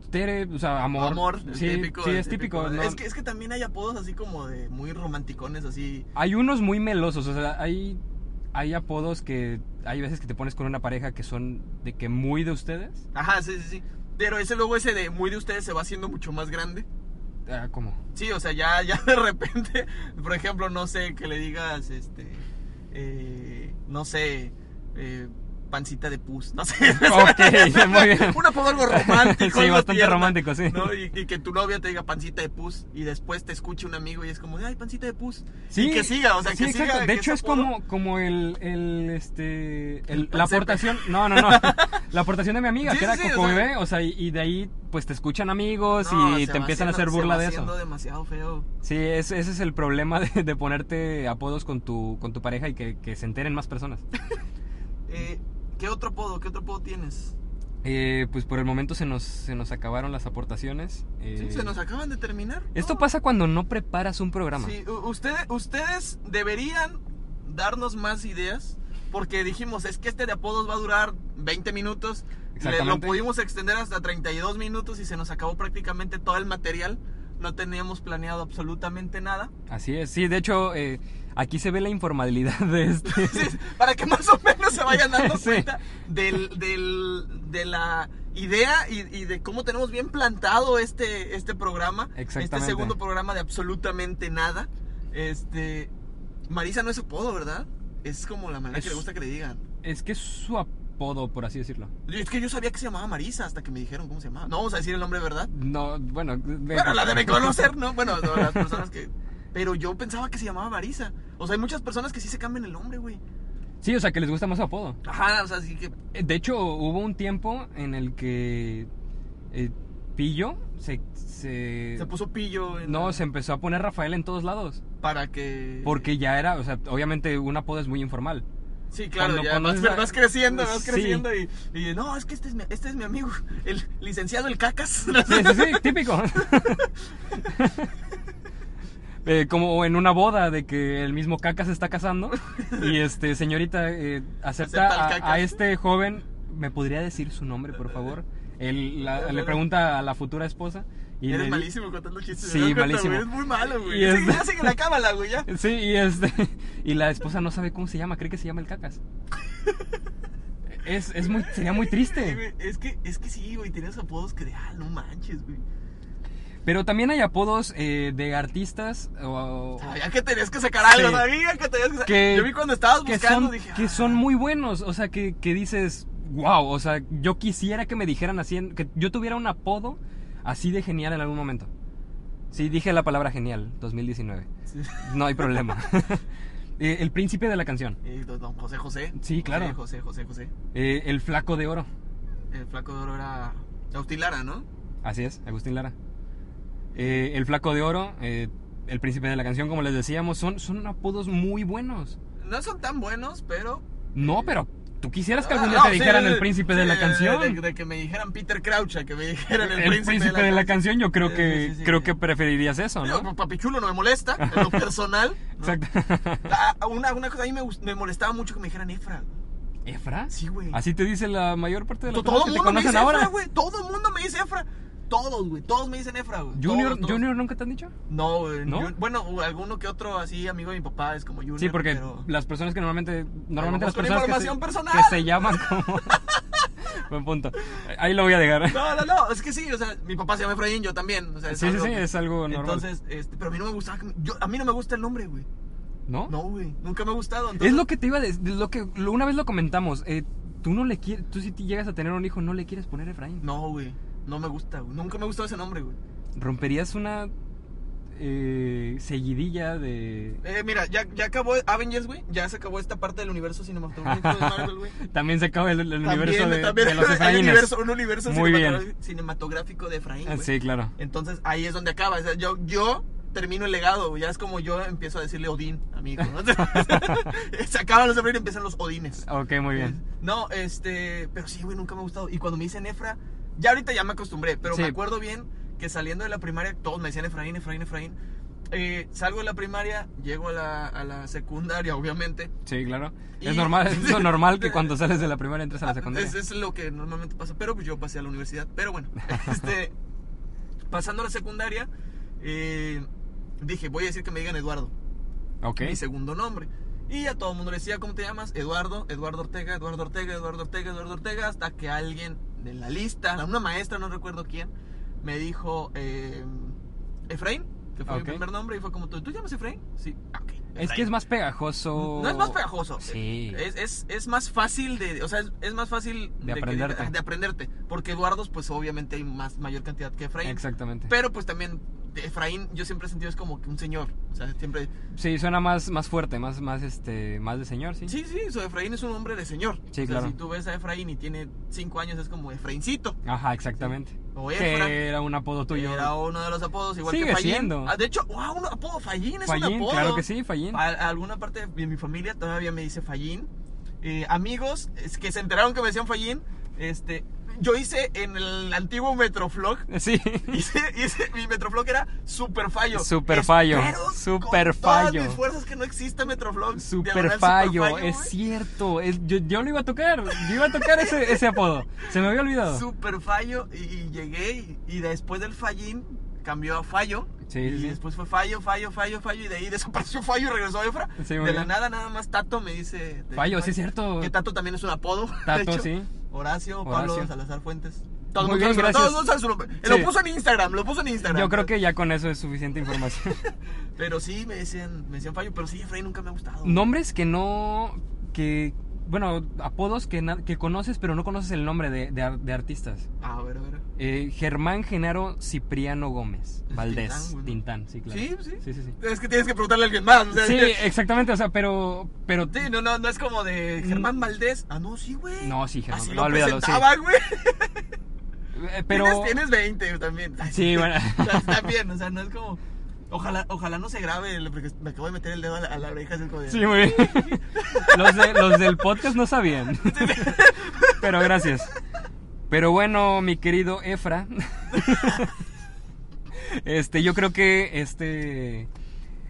[SPEAKER 3] Tere, o sea, amor.
[SPEAKER 2] Amor, es
[SPEAKER 3] sí,
[SPEAKER 2] típico,
[SPEAKER 3] sí, es típico. no-
[SPEAKER 2] Es, que, es que también hay apodos así como de muy romanticones, así.
[SPEAKER 3] Hay unos muy melosos, o sea, hay, hay apodos que hay veces que te pones con una pareja que son de que muy de ustedes.
[SPEAKER 2] Ajá, sí, sí, sí. Pero ese luego ese de muy de ustedes se va haciendo mucho más grande.
[SPEAKER 3] Ah, ¿Cómo?
[SPEAKER 2] Sí, o sea, ya, ya de repente, por ejemplo, no sé, que le digas, este, eh, no sé, eh, pancita de pus, no sé.
[SPEAKER 3] Ok, muy bien.
[SPEAKER 2] Un apodo algo romántico.
[SPEAKER 3] Sí,
[SPEAKER 2] algo
[SPEAKER 3] bastante
[SPEAKER 2] tierno,
[SPEAKER 3] romántico, sí.
[SPEAKER 2] ¿no? Y, y que tu novia te diga pancita de pus y después te escuche un amigo y es como, ay, pancita de pus. y que siga, o sea,
[SPEAKER 3] sí,
[SPEAKER 2] que siga.
[SPEAKER 3] exacto.
[SPEAKER 2] que
[SPEAKER 3] De hecho,
[SPEAKER 2] ese
[SPEAKER 3] es
[SPEAKER 2] apodo-
[SPEAKER 3] como, como el, el, este, el- la
[SPEAKER 2] Pansepe.
[SPEAKER 3] aportación, no, no, no, la aportación de mi amiga,
[SPEAKER 2] Sí,
[SPEAKER 3] que era
[SPEAKER 2] sí, sí, o
[SPEAKER 3] Coco
[SPEAKER 2] sea-
[SPEAKER 3] Bebé, o sea, y, y de ahí, pues, te escuchan amigos
[SPEAKER 2] No,
[SPEAKER 3] y
[SPEAKER 2] se va
[SPEAKER 3] te empiezan a hacer
[SPEAKER 2] haciendo- se
[SPEAKER 3] burla
[SPEAKER 2] va
[SPEAKER 3] de
[SPEAKER 2] haciendo
[SPEAKER 3] eso.
[SPEAKER 2] demasiado feo.
[SPEAKER 3] Sí, es- ese es el problema de, de ponerte apodos con tu, con tu pareja y que, que se enteren más personas.
[SPEAKER 2] Eh, ¿Qué otro apodo? ¿Qué otro apodo tienes?
[SPEAKER 3] Eh, pues por el momento se nos, se nos acabaron las aportaciones. eh.
[SPEAKER 2] Sí, se nos acaban de terminar.
[SPEAKER 3] Esto
[SPEAKER 2] No.
[SPEAKER 3] pasa cuando no preparas un programa.
[SPEAKER 2] Sí, u- ustedes, ustedes deberían darnos más ideas. Porque dijimos, es que este de apodos va a durar 20 minutos. Le- lo
[SPEAKER 3] Exactamente.
[SPEAKER 2] pudimos extender hasta 32 minutos y se nos acabó prácticamente todo el material. No teníamos planeado absolutamente nada.
[SPEAKER 3] Así es. Sí, de hecho, eh, aquí se ve la informalidad de este.
[SPEAKER 2] Sí, para que más o menos se vayan dando
[SPEAKER 3] Sí.
[SPEAKER 2] cuenta del, del- de la idea y, y de cómo tenemos bien plantado este, este programa. Este
[SPEAKER 3] Exactamente.
[SPEAKER 2] segundo programa de absolutamente nada. Este, Marisa no es apodo, ¿verdad? Es como la manera que
[SPEAKER 3] Es-
[SPEAKER 2] le gusta que le digan.
[SPEAKER 3] Es que es su apodo, por así decirlo.
[SPEAKER 2] Y Es que yo sabía que se llamaba Marisa hasta que me dijeron cómo se llamaba. No vamos a decir el nombre, ¿verdad?
[SPEAKER 3] No, bueno. ve-
[SPEAKER 2] Bueno, la deben conocer, ¿no? Bueno, no, las personas que... Pero yo pensaba que se llamaba Marisa. O sea, hay muchas personas que sí se cambian el nombre, güey.
[SPEAKER 3] Sí, o sea, que les gusta más su apodo.
[SPEAKER 2] Ajá, o sea, así que...
[SPEAKER 3] Eh, De hecho, hubo un tiempo en el que eh, Pillo se. se...
[SPEAKER 2] Se puso pillo en...
[SPEAKER 3] no, se empezó a poner Rafael en todos lados.
[SPEAKER 2] Para que...
[SPEAKER 3] Porque ya era, o sea, obviamente un apodo es muy informal.
[SPEAKER 2] Sí, claro,
[SPEAKER 3] Cuando
[SPEAKER 2] ya vas,
[SPEAKER 3] conoces a-
[SPEAKER 2] vas creciendo, vas
[SPEAKER 3] Sí.
[SPEAKER 2] creciendo y, y, no, es que este es, mi, este es mi amigo, el licenciado el cacas.
[SPEAKER 3] Sí, sí, sí, típico. Eh, como en una boda de que el mismo caca se está casando y este señorita eh, acepta,
[SPEAKER 2] Acepta al
[SPEAKER 3] a-
[SPEAKER 2] Cacas.
[SPEAKER 3] a, este joven. ¿Me podría decir su nombre, por favor? Él la- le pregunta a la futura esposa y
[SPEAKER 2] Eres
[SPEAKER 3] le di-
[SPEAKER 2] malísimo contando chistes.
[SPEAKER 3] Sí,
[SPEAKER 2] me doy cuenta,
[SPEAKER 3] malísimo.
[SPEAKER 2] güey, Eres muy malo, güey.
[SPEAKER 3] Y
[SPEAKER 2] Ya
[SPEAKER 3] es-
[SPEAKER 2] sigue- Ya sigue la cámara, güey, ya.
[SPEAKER 3] Sí, y este y la esposa no sabe cómo se llama, cree que se llama el cacas. Es, es muy sería muy
[SPEAKER 2] Sí,
[SPEAKER 3] triste.
[SPEAKER 2] güey, Es que, es que sí, güey, tienes apodos que de, ah, no manches, güey.
[SPEAKER 3] Pero también hay apodos eh, de artistas o,
[SPEAKER 2] Sabía que tenías que sacar algo,
[SPEAKER 3] Sí.
[SPEAKER 2] sabía que tenías que sacar.
[SPEAKER 3] Que-
[SPEAKER 2] Yo vi cuando estabas
[SPEAKER 3] que
[SPEAKER 2] buscando,
[SPEAKER 3] son,
[SPEAKER 2] dije. ah.
[SPEAKER 3] que son muy buenos, o sea, que, que dices, wow, o sea, yo quisiera que me dijeran así, en- que yo tuviera un apodo así de genial en algún momento. Sí, dije la palabra genial, 2019.
[SPEAKER 2] Sí.
[SPEAKER 3] No hay problema. Eh, el príncipe de la canción,
[SPEAKER 2] Y Eh, don José José.
[SPEAKER 3] Sí, claro.
[SPEAKER 2] José, José, José. José.
[SPEAKER 3] eh, el flaco de oro,
[SPEAKER 2] El flaco de oro era Agustín Lara, ¿no?
[SPEAKER 3] así es, Agustín Lara. Eh, el flaco de oro, eh, el príncipe de la canción, como les decíamos, son, son apodos muy buenos.
[SPEAKER 2] No son tan buenos, pero.
[SPEAKER 3] No, pero tú quisieras que algún
[SPEAKER 2] Ah,
[SPEAKER 3] día
[SPEAKER 2] no,
[SPEAKER 3] te
[SPEAKER 2] sí,
[SPEAKER 3] dijeran
[SPEAKER 2] sí,
[SPEAKER 3] el príncipe
[SPEAKER 2] sí,
[SPEAKER 3] de la canción.
[SPEAKER 2] De, de que me dijeran Peter Crouch, a que me dijeran el,
[SPEAKER 3] el príncipe, de la canción, yo creo
[SPEAKER 2] Sí,
[SPEAKER 3] que
[SPEAKER 2] sí, sí,
[SPEAKER 3] creo
[SPEAKER 2] sí.
[SPEAKER 3] que preferirías eso, ¿no?
[SPEAKER 2] Digo, pues, papi chulo no me molesta, en lo personal. ¿no?
[SPEAKER 3] Exacto.
[SPEAKER 2] Ah, una, una cosa, a mí me, gust- me molestaba mucho que me dijeran Efra.
[SPEAKER 3] ¿Efra?
[SPEAKER 2] Sí, güey.
[SPEAKER 3] Así te dice la mayor parte de la
[SPEAKER 2] Todo
[SPEAKER 3] que
[SPEAKER 2] el
[SPEAKER 3] te
[SPEAKER 2] mundo me
[SPEAKER 3] conocen
[SPEAKER 2] dice
[SPEAKER 3] ahora.
[SPEAKER 2] Efra, güey. Todo el mundo me dice Efra. Todos, güey. Todos me dicen Efra, güey.
[SPEAKER 3] Junior,
[SPEAKER 2] Todos, todos.
[SPEAKER 3] Junior nunca te han dicho?
[SPEAKER 2] No, güey.
[SPEAKER 3] ¿No?
[SPEAKER 2] Jun- bueno, u- alguno que otro así amigo de mi papá es como Junior.
[SPEAKER 3] Sí, porque
[SPEAKER 2] pero-
[SPEAKER 3] las personas que normalmente normalmente
[SPEAKER 2] vamos
[SPEAKER 3] las
[SPEAKER 2] con
[SPEAKER 3] personas que se,
[SPEAKER 2] información personal.
[SPEAKER 3] que se llaman como Buen punto. Ahí lo voy a dejar.
[SPEAKER 2] No, no, no, es que sí, o sea, mi papá se llama Efraín, yo también. O sea, es
[SPEAKER 3] Sí, sí,
[SPEAKER 2] algo
[SPEAKER 3] sí,
[SPEAKER 2] que-
[SPEAKER 3] es algo normal.
[SPEAKER 2] Entonces, este, pero a mí no me gustaba. que me- yo- a mí no me gusta el nombre, güey.
[SPEAKER 3] ¿No?
[SPEAKER 2] No, güey, nunca me ha gustado.
[SPEAKER 3] Es
[SPEAKER 2] entonces-
[SPEAKER 3] lo que te iba a decir, lo que lo- una vez lo comentamos, eh, tú no le quieres, tú si te llegas a tener un hijo no le quieres poner Efraín.
[SPEAKER 2] No, güey, no me gusta, güey. Nunca me ha gustado ese nombre, güey.
[SPEAKER 3] Romperías una eh, seguidilla de
[SPEAKER 2] Eh, mira, ya, ya acabó Avengers, güey. Ya se acabó esta parte del universo cinematográfico de Marvel, güey.
[SPEAKER 3] También se acaba el, el universo de,
[SPEAKER 2] también
[SPEAKER 3] de los
[SPEAKER 2] hay
[SPEAKER 3] Efraínes.
[SPEAKER 2] universo- un universo
[SPEAKER 3] Muy bien.
[SPEAKER 2] cinematogra- cinematográfico de Efraín,
[SPEAKER 3] Ah,
[SPEAKER 2] güey.
[SPEAKER 3] Sí, claro.
[SPEAKER 2] Entonces ahí es donde acaba. O sea, yo, yo termino el legado. güey. Ya es como yo empiezo a decirle Odín a mi hijo. ¿no? Se acaban los Efraín y empiezan los Odines.
[SPEAKER 3] Ok, muy bien.
[SPEAKER 2] No, este. Pero sí, güey, nunca me ha gustado. Y cuando me dicen Efra, ya ahorita ya me acostumbré. Pero me
[SPEAKER 3] Sí.
[SPEAKER 2] acuerdo bien que saliendo de la primaria, todos me decían Efraín, Efraín, Efraín. Eh, salgo de la primaria, llego a la, a la secundaria, obviamente.
[SPEAKER 3] Sí, claro.
[SPEAKER 2] Y-
[SPEAKER 3] Es
[SPEAKER 2] Ah,
[SPEAKER 3] normal, es lo normal que cuando sales de la primaria entres a la secundaria.
[SPEAKER 2] Es, es lo que normalmente pasa, pero pues yo pasé a la universidad. Pero bueno, este, pasando a la secundaria, eh, dije, voy a decir que me digan Eduardo,
[SPEAKER 3] Ok.
[SPEAKER 2] mi segundo nombre. Y a todo el mundo le decía, ¿cómo te llamas? Eduardo, Eduardo Ortega, Eduardo Ortega, Eduardo Ortega, Eduardo Ortega, hasta que alguien de la lista, una maestra, no recuerdo quién, me dijo, eh, Efraín, que fue
[SPEAKER 3] Ok.
[SPEAKER 2] mi primer nombre, y fue como, ¿tú, ¿tú llamas Efraín? Sí, Ah, ok.
[SPEAKER 3] Es que
[SPEAKER 2] Efraín.
[SPEAKER 3] es más pegajoso.
[SPEAKER 2] No es más pegajoso.
[SPEAKER 3] Sí.
[SPEAKER 2] Es, es- es más fácil de. O sea, es, es más fácil
[SPEAKER 3] De
[SPEAKER 2] que-
[SPEAKER 3] aprenderte.
[SPEAKER 2] de aprenderte. Porque Eduardos, pues obviamente hay más mayor cantidad que Efraín.
[SPEAKER 3] Exactamente.
[SPEAKER 2] Pero pues también, de Efraín, yo siempre he sentido es como que un señor. O sea, siempre.
[SPEAKER 3] Sí, suena más, más fuerte, más, más, este, más de señor, sí.
[SPEAKER 2] Sí, sí, o sea, Efraín es un hombre de señor.
[SPEAKER 3] Sí,
[SPEAKER 2] O sea,
[SPEAKER 3] claro.
[SPEAKER 2] Si tú ves a Efraín y tiene cinco años, es como Efraíncito.
[SPEAKER 3] Ajá, exactamente.
[SPEAKER 2] O Efra.
[SPEAKER 3] Que era un apodo tuyo.
[SPEAKER 2] Era uno de los apodos, igual
[SPEAKER 3] Sigue
[SPEAKER 2] que Fallín.
[SPEAKER 3] siendo.
[SPEAKER 2] Ah, de hecho, wow, un apodo Fallín es un
[SPEAKER 3] Fallín,
[SPEAKER 2] apodo.
[SPEAKER 3] claro que sí, Fallín.
[SPEAKER 2] A- a alguna parte de mi- mi familia todavía me dice Fallín. Eh, amigos es que se enteraron que me decían Fallín, este, yo hice en el antiguo Metroflog,
[SPEAKER 3] Sí.
[SPEAKER 2] hice, hice- mi Metroflog era Super Fallo.
[SPEAKER 3] Super Fallo,
[SPEAKER 2] Espero
[SPEAKER 3] Super
[SPEAKER 2] con todas
[SPEAKER 3] Fallo.
[SPEAKER 2] mis fuerzas que no existe Metroflog.
[SPEAKER 3] Super
[SPEAKER 2] diagonal
[SPEAKER 3] fallo,
[SPEAKER 2] Super
[SPEAKER 3] es
[SPEAKER 2] güey.
[SPEAKER 3] cierto. es- yo, yo lo iba a tocar. Yo iba a tocar ese, ese apodo. Se me había olvidado.
[SPEAKER 2] Super Fallo y, y llegué y, y después del Fallín cambió a Fallo.
[SPEAKER 3] Sí,
[SPEAKER 2] y
[SPEAKER 3] sí, sí.
[SPEAKER 2] después fue fallo, fallo, fallo, fallo. Y de ahí desapareció fallo y regresó a Efra.
[SPEAKER 3] Sí,
[SPEAKER 2] de
[SPEAKER 3] muy
[SPEAKER 2] la
[SPEAKER 3] bien.
[SPEAKER 2] nada, nada más Tato me dice. te-
[SPEAKER 3] Fallo, sí, es cierto.
[SPEAKER 2] Que Tato también es un apodo. de
[SPEAKER 3] Tato,
[SPEAKER 2] hecho.
[SPEAKER 3] sí.
[SPEAKER 2] Horacio, Pablo
[SPEAKER 3] Horacio.
[SPEAKER 2] Salazar Fuentes. Todo el
[SPEAKER 3] Muy
[SPEAKER 2] mundo sabe
[SPEAKER 3] bien,
[SPEAKER 2] su- todo el
[SPEAKER 3] gracias.
[SPEAKER 2] mundo sabe su nombre.
[SPEAKER 3] Sí.
[SPEAKER 2] Lo puso en Instagram, lo puso en Instagram.
[SPEAKER 3] Yo creo que ya con eso es suficiente información.
[SPEAKER 2] Pero sí, me decían, me decían fallo, pero sí, Efraín nunca me ha gustado.
[SPEAKER 3] Nombres que no. que. Bueno, apodos que, na- que conoces, pero no conoces el nombre de, de ar- de artistas.
[SPEAKER 2] Ah, A ver, a ver.
[SPEAKER 3] Eh, Germán Genaro Cipriano Gómez.
[SPEAKER 2] Es Tintán,
[SPEAKER 3] Valdés.
[SPEAKER 2] güey, ¿no?
[SPEAKER 3] Tintán, sí, claro.
[SPEAKER 2] Sí, sí.
[SPEAKER 3] Sí, sí, sí.
[SPEAKER 2] Es que tienes que preguntarle a alguien más. o sea,
[SPEAKER 3] Sí, exactamente, o sea, pero. pero
[SPEAKER 2] sí, no, no, no es como de Germán Valdés. Ah, no, sí, güey.
[SPEAKER 3] Mm. No, sí, Germán,
[SPEAKER 2] Así
[SPEAKER 3] no,
[SPEAKER 2] lo
[SPEAKER 3] olvídalo, sí.
[SPEAKER 2] presentaba, güey.
[SPEAKER 3] eh, pero
[SPEAKER 2] Tienes, tienes 20 también. Ay,
[SPEAKER 3] Sí, bueno.
[SPEAKER 2] o sea, está bien, o sea, no es como. Ojalá, ojalá no se grabe, el- porque me acabo de meter el dedo a la, a la oreja. así como de-
[SPEAKER 3] Sí, muy bien. Los, de- los del podcast no sabían. Pero gracias. Pero bueno, mi querido Efra. Este, yo creo que este.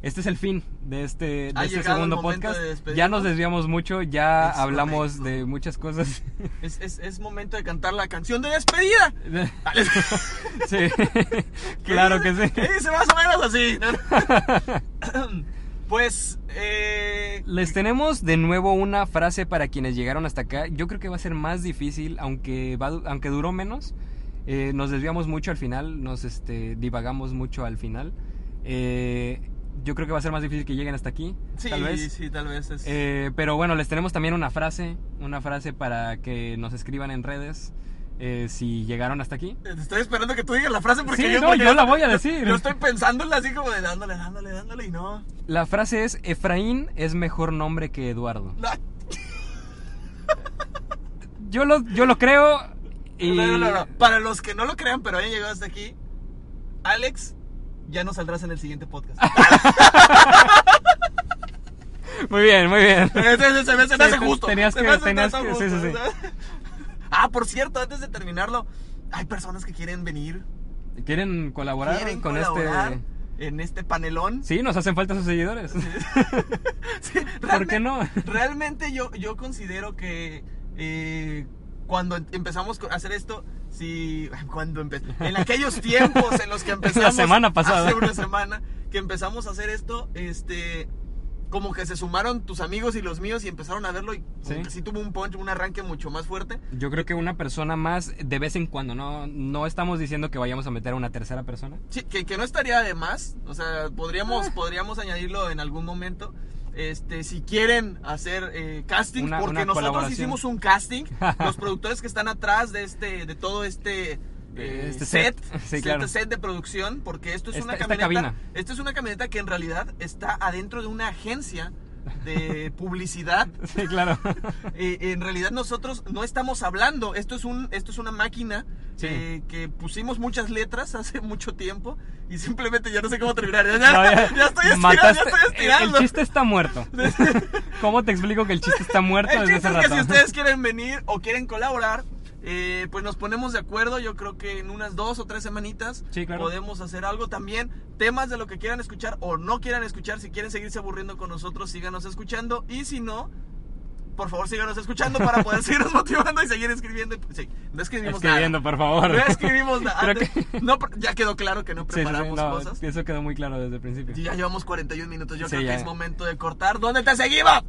[SPEAKER 3] Este es el fin de este, de
[SPEAKER 2] Ha
[SPEAKER 3] este
[SPEAKER 2] llegado el
[SPEAKER 3] segundo
[SPEAKER 2] momento
[SPEAKER 3] podcast.
[SPEAKER 2] de despedirnos.
[SPEAKER 3] ya nos desviamos mucho, ya
[SPEAKER 2] Es
[SPEAKER 3] hablamos
[SPEAKER 2] correcto.
[SPEAKER 3] de muchas cosas.
[SPEAKER 2] Es, es, es momento de cantar la canción de despedida. Dale.
[SPEAKER 3] Sí, claro que sí.
[SPEAKER 2] Que dice más o menos así. ¿no? pues, eh,
[SPEAKER 3] Les tenemos de nuevo una frase para quienes llegaron hasta acá. Yo creo que va a ser más difícil, aunque, va, aunque duró menos. Eh, nos desviamos mucho al final, nos este, divagamos mucho al final. Eh, yo creo que va a ser más difícil que lleguen hasta aquí.
[SPEAKER 2] Sí,
[SPEAKER 3] tal vez.
[SPEAKER 2] sí, tal vez es.
[SPEAKER 3] Eh, pero bueno, les tenemos también una frase, una frase para que nos escriban en redes eh, si llegaron hasta aquí.
[SPEAKER 2] Estoy esperando que tú digas la frase porque
[SPEAKER 3] Sí,
[SPEAKER 2] yo,
[SPEAKER 3] no,
[SPEAKER 2] porque
[SPEAKER 3] yo la voy a decir.
[SPEAKER 2] Yo estoy pensándola así como de dándole, dándole, dándole y no.
[SPEAKER 3] La frase es Efraín es mejor nombre que Eduardo.
[SPEAKER 2] No,
[SPEAKER 3] Yo lo, yo lo creo y
[SPEAKER 2] no, no, no, no. Para los que no lo crean, pero hayan llegado hasta aquí, Alex, ya no saldrás en el siguiente podcast.
[SPEAKER 3] muy bien, muy bien.
[SPEAKER 2] se, se- se me- se me hace
[SPEAKER 3] Sí,
[SPEAKER 2] justo.
[SPEAKER 3] tenías
[SPEAKER 2] se
[SPEAKER 3] que-
[SPEAKER 2] me hace
[SPEAKER 3] tenías
[SPEAKER 2] tanto
[SPEAKER 3] que- sí,
[SPEAKER 2] justo,
[SPEAKER 3] sí, sí.
[SPEAKER 2] ¿sabes? Ah, por cierto, antes de terminarlo, hay personas que quieren venir.
[SPEAKER 3] ¿Quieren colaborar
[SPEAKER 2] quieren
[SPEAKER 3] con
[SPEAKER 2] colaborar
[SPEAKER 3] este?
[SPEAKER 2] en este panelón.
[SPEAKER 3] Sí, nos hacen falta sus seguidores.
[SPEAKER 2] Sí,
[SPEAKER 3] ¿Por
[SPEAKER 2] realmente-
[SPEAKER 3] qué no?
[SPEAKER 2] Realmente yo, yo considero que eh, cuando em- empezamos co- a hacer esto, si cuando empe- en aquellos tiempos en los que empezamos,
[SPEAKER 3] semana pasada.
[SPEAKER 2] hace una semana que empezamos a hacer esto, este, como que se sumaron tus amigos y los míos y empezaron a verlo y como
[SPEAKER 3] Sí.
[SPEAKER 2] que sí tuvo un punch, un arranque mucho más fuerte.
[SPEAKER 3] Yo creo que una persona más de vez en cuando, no, no estamos diciendo que vayamos a meter a una tercera persona.
[SPEAKER 2] Sí, que, que no estaría de más. O sea, podríamos, podríamos añadirlo en algún momento. Este, si quieren hacer eh, casting,
[SPEAKER 3] Una-
[SPEAKER 2] porque
[SPEAKER 3] una
[SPEAKER 2] nosotros
[SPEAKER 3] colaboración.
[SPEAKER 2] hicimos un casting. los productores que están atrás de este, de todo este. eh,
[SPEAKER 3] Este
[SPEAKER 2] set,
[SPEAKER 3] set. Sí,
[SPEAKER 2] set-
[SPEAKER 3] claro.
[SPEAKER 2] set de producción porque esto es
[SPEAKER 3] Esta-
[SPEAKER 2] una
[SPEAKER 3] esta
[SPEAKER 2] camioneta
[SPEAKER 3] cabina.
[SPEAKER 2] esta es una camioneta que en realidad está adentro de una agencia de publicidad
[SPEAKER 3] Sí, claro.
[SPEAKER 2] eh, en realidad nosotros no estamos hablando. Esto es un, esto es una máquina
[SPEAKER 3] Sí.
[SPEAKER 2] eh, que pusimos muchas letras hace mucho tiempo y simplemente ya no sé cómo terminar. Ya,
[SPEAKER 3] No,
[SPEAKER 2] ya- ya estoy estirando,
[SPEAKER 3] mataste-
[SPEAKER 2] ya estoy estirando.
[SPEAKER 3] El chiste está muerto. ¿Cómo te explico que el chiste está muerto
[SPEAKER 2] El
[SPEAKER 3] desde
[SPEAKER 2] chiste
[SPEAKER 3] hace
[SPEAKER 2] es
[SPEAKER 3] rato?
[SPEAKER 2] que si ustedes quieren venir o quieren colaborar, eh, pues nos ponemos de acuerdo. Yo creo que en unas dos o tres semanitas
[SPEAKER 3] Sí, claro.
[SPEAKER 2] podemos hacer algo también. Temas de lo que quieran escuchar o no quieran escuchar. Si quieren seguirse aburriendo con nosotros, síganos escuchando. Y si no, por favor, síganos escuchando para poder seguirnos motivando y seguir escribiendo. Pues Sí, no escribimos
[SPEAKER 3] Escribiendo, por favor.
[SPEAKER 2] nada. No escribimos nada.
[SPEAKER 3] Creo que-
[SPEAKER 2] No, pre- ya quedó claro que no
[SPEAKER 3] Sí, sí, sí,
[SPEAKER 2] preparamos
[SPEAKER 3] no,
[SPEAKER 2] cosas.
[SPEAKER 3] Eso quedó muy claro desde el principio.
[SPEAKER 2] Y ya llevamos 41 minutos. Yo
[SPEAKER 3] Sí,
[SPEAKER 2] creo
[SPEAKER 3] ya.
[SPEAKER 2] que es momento de cortar. ¿Dónde te seguimos?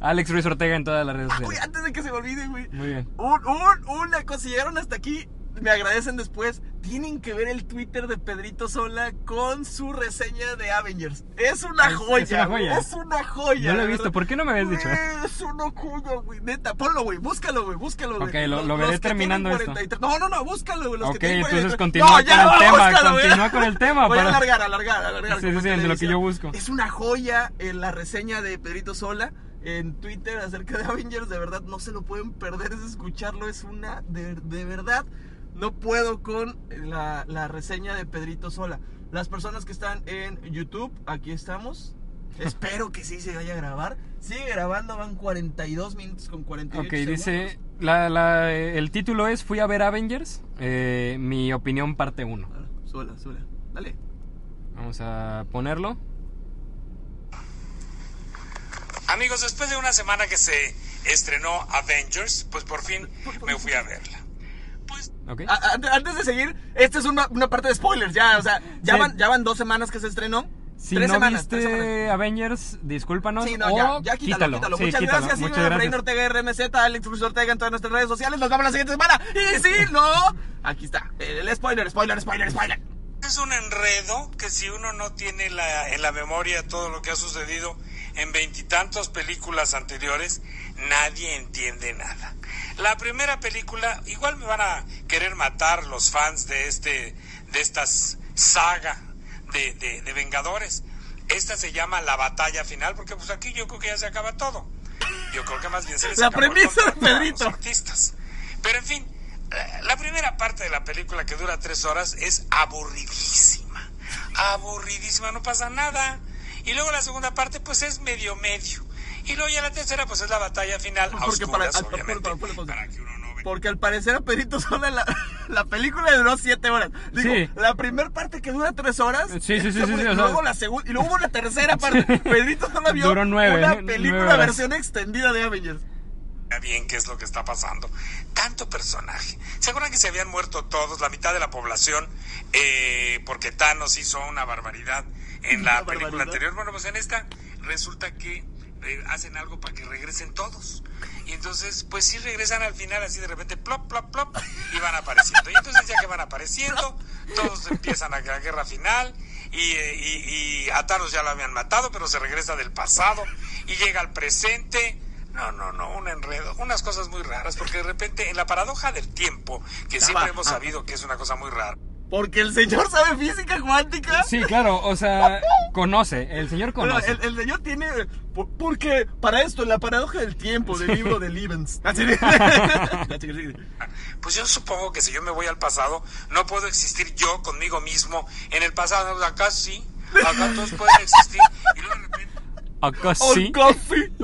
[SPEAKER 3] Alex Ruiz Ortega en todas las redes
[SPEAKER 2] Ah, güey,
[SPEAKER 3] sociales.
[SPEAKER 2] antes de que se me olvide, güey.
[SPEAKER 3] Muy bien.
[SPEAKER 2] Un, un, una, cosa, si llegaron hasta aquí, me agradecen después. Tienen que ver el Twitter de Pedrito Sola con su reseña de Avengers. Es una
[SPEAKER 3] Es- es
[SPEAKER 2] joya.
[SPEAKER 3] una joya.
[SPEAKER 2] Es una joya.
[SPEAKER 3] No lo he
[SPEAKER 2] de
[SPEAKER 3] visto,
[SPEAKER 2] verdad.
[SPEAKER 3] ¿por qué no me habías dicho?
[SPEAKER 2] Es una joya, güey. Neta, ponlo, güey. Búscalo, güey. Búscalo, güey.
[SPEAKER 3] Ok, lo-
[SPEAKER 2] Los-
[SPEAKER 3] lo veré
[SPEAKER 2] los que
[SPEAKER 3] terminando
[SPEAKER 2] tienen
[SPEAKER 3] esto.
[SPEAKER 2] 43. No, no, no, búscalo, güey. Los que
[SPEAKER 3] Ok,
[SPEAKER 2] tienen 43.
[SPEAKER 3] entonces continúa
[SPEAKER 2] No,
[SPEAKER 3] con
[SPEAKER 2] ya,
[SPEAKER 3] el
[SPEAKER 2] no,
[SPEAKER 3] tema,
[SPEAKER 2] búscalo, güey.
[SPEAKER 3] continúa con el tema
[SPEAKER 2] Voy a
[SPEAKER 3] para-
[SPEAKER 2] alargar, alargar, alargar.
[SPEAKER 3] Sí,
[SPEAKER 2] como
[SPEAKER 3] sí,
[SPEAKER 2] en
[SPEAKER 3] sí, de lo que
[SPEAKER 2] televisión.
[SPEAKER 3] yo busco.
[SPEAKER 2] Es una joya eh, la reseña de Pedrito Sola en Twitter acerca de Avengers. De verdad, no se lo pueden perder es escucharlo. Es una, de, de verdad, no puedo con la, la reseña de Pedrito Sola. Las personas que están en YouTube, aquí estamos. Espero que sí se vaya a grabar. Sigue grabando, van 42 minutos con 48
[SPEAKER 3] Ok, dice. La, la- el título es Fui a ver Avengers. eh, mi opinión, parte 1.
[SPEAKER 2] segundos. Sola, sola. Dale.
[SPEAKER 3] Vamos a ponerlo.
[SPEAKER 4] Amigos, después de una semana que se estrenó Avengers, pues por fin me fui a verla. Pues
[SPEAKER 3] Ok.
[SPEAKER 2] A- a- ante- antes de seguir, esta es una, una parte de spoilers, ya, o sea, ya,
[SPEAKER 3] Sí.
[SPEAKER 2] van, ya van dos semanas que se estrenó.
[SPEAKER 3] Si
[SPEAKER 2] tres
[SPEAKER 3] no
[SPEAKER 2] semanas,
[SPEAKER 3] viste
[SPEAKER 2] tres semanas.
[SPEAKER 3] Avengers, discúlpanos.
[SPEAKER 2] Sí, no,
[SPEAKER 3] o
[SPEAKER 2] ya, ya quítalo, quítalo.
[SPEAKER 3] Sí,
[SPEAKER 2] muchas
[SPEAKER 3] quítalo,
[SPEAKER 2] gracias,
[SPEAKER 3] muchas
[SPEAKER 2] síganme en Efraín
[SPEAKER 3] gracias.
[SPEAKER 2] Ortega RMZ, Alex Ruiz Ortega en todas nuestras redes sociales. Nos vemos la siguiente semana. Y si no, aquí está, el spoiler, spoiler, spoiler, spoiler.
[SPEAKER 4] es un enredo que si uno no tiene la- en la memoria todo lo que ha sucedido en veintitantos películas anteriores, nadie entiende nada. La primera película, igual me van a querer matar los fans de este, de esta saga de, de- de Vengadores. Esta se llama la batalla final, porque pues aquí yo creo que ya se acaba todo. Yo creo que más bien se les
[SPEAKER 2] La
[SPEAKER 4] acabó el
[SPEAKER 2] premisa de
[SPEAKER 4] contrato a los
[SPEAKER 2] Pedrito.
[SPEAKER 4] artistas. Pero en fin, eh, la- la primera parte de la película que dura tres horas es aburridísima. Aburridísima, no pasa nada. Y luego la segunda parte pues es medio medio. Y luego ya la tercera pues es la batalla final. a
[SPEAKER 2] Porque para-
[SPEAKER 4] oscuras,
[SPEAKER 2] ah, ponle
[SPEAKER 4] obviamente,
[SPEAKER 2] pausa, ponle pausa.
[SPEAKER 4] para que uno no vea.
[SPEAKER 2] Porque al parecer a Pedrito Sola la, la película duró 7 horas. Digo,
[SPEAKER 3] Sí.
[SPEAKER 2] la primera parte que dura 3 horas.
[SPEAKER 3] Sí, sí, sí,
[SPEAKER 2] esta
[SPEAKER 3] sí,
[SPEAKER 2] fue-
[SPEAKER 3] sí,
[SPEAKER 2] y
[SPEAKER 3] o sea-
[SPEAKER 2] luego la segunda. Y luego hubo la tercera parte.
[SPEAKER 3] Sí.
[SPEAKER 2] Pedrito Sola vio
[SPEAKER 3] Duró nueve,
[SPEAKER 2] una
[SPEAKER 3] nueve
[SPEAKER 2] película
[SPEAKER 3] horas.
[SPEAKER 2] versión extendida de Avengers.
[SPEAKER 4] vea bien qué es lo que está pasando. Tanto personaje. ¿Se acuerdan que se habían muerto todos, la mitad de la población, eh, porque Thanos hizo una barbaridad en la
[SPEAKER 2] Una
[SPEAKER 4] película
[SPEAKER 2] barbaridad.
[SPEAKER 4] anterior? Bueno, pues en esta resulta que eh, hacen algo para que regresen todos. Y entonces, pues sí regresan al final así de repente, plop, plop, plop, y van apareciendo. Y entonces ya que van apareciendo, todos empiezan a la guerra final y, eh, y, y a Thanos ya lo habían matado, pero se regresa del pasado y llega al presente. No, no, no, un enredo, unas cosas muy raras, porque de repente en la paradoja del tiempo, que siempre hemos sabido que es una cosa muy rara.
[SPEAKER 2] Porque el señor sabe física cuántica.
[SPEAKER 3] Sí, claro, o sea, conoce, el señor
[SPEAKER 2] Bueno,
[SPEAKER 3] conoce.
[SPEAKER 2] el, el señor tiene. por- Porque para esto, la paradoja del tiempo del libro de Livens. Así de-
[SPEAKER 4] Pues yo supongo que si yo me voy al pasado, no puedo existir yo conmigo mismo en el pasado. ¿no? Acá sí, acá todos pueden existir. Y luego de repente
[SPEAKER 3] Acá
[SPEAKER 2] Or
[SPEAKER 3] Ah, sí.
[SPEAKER 2] coffee.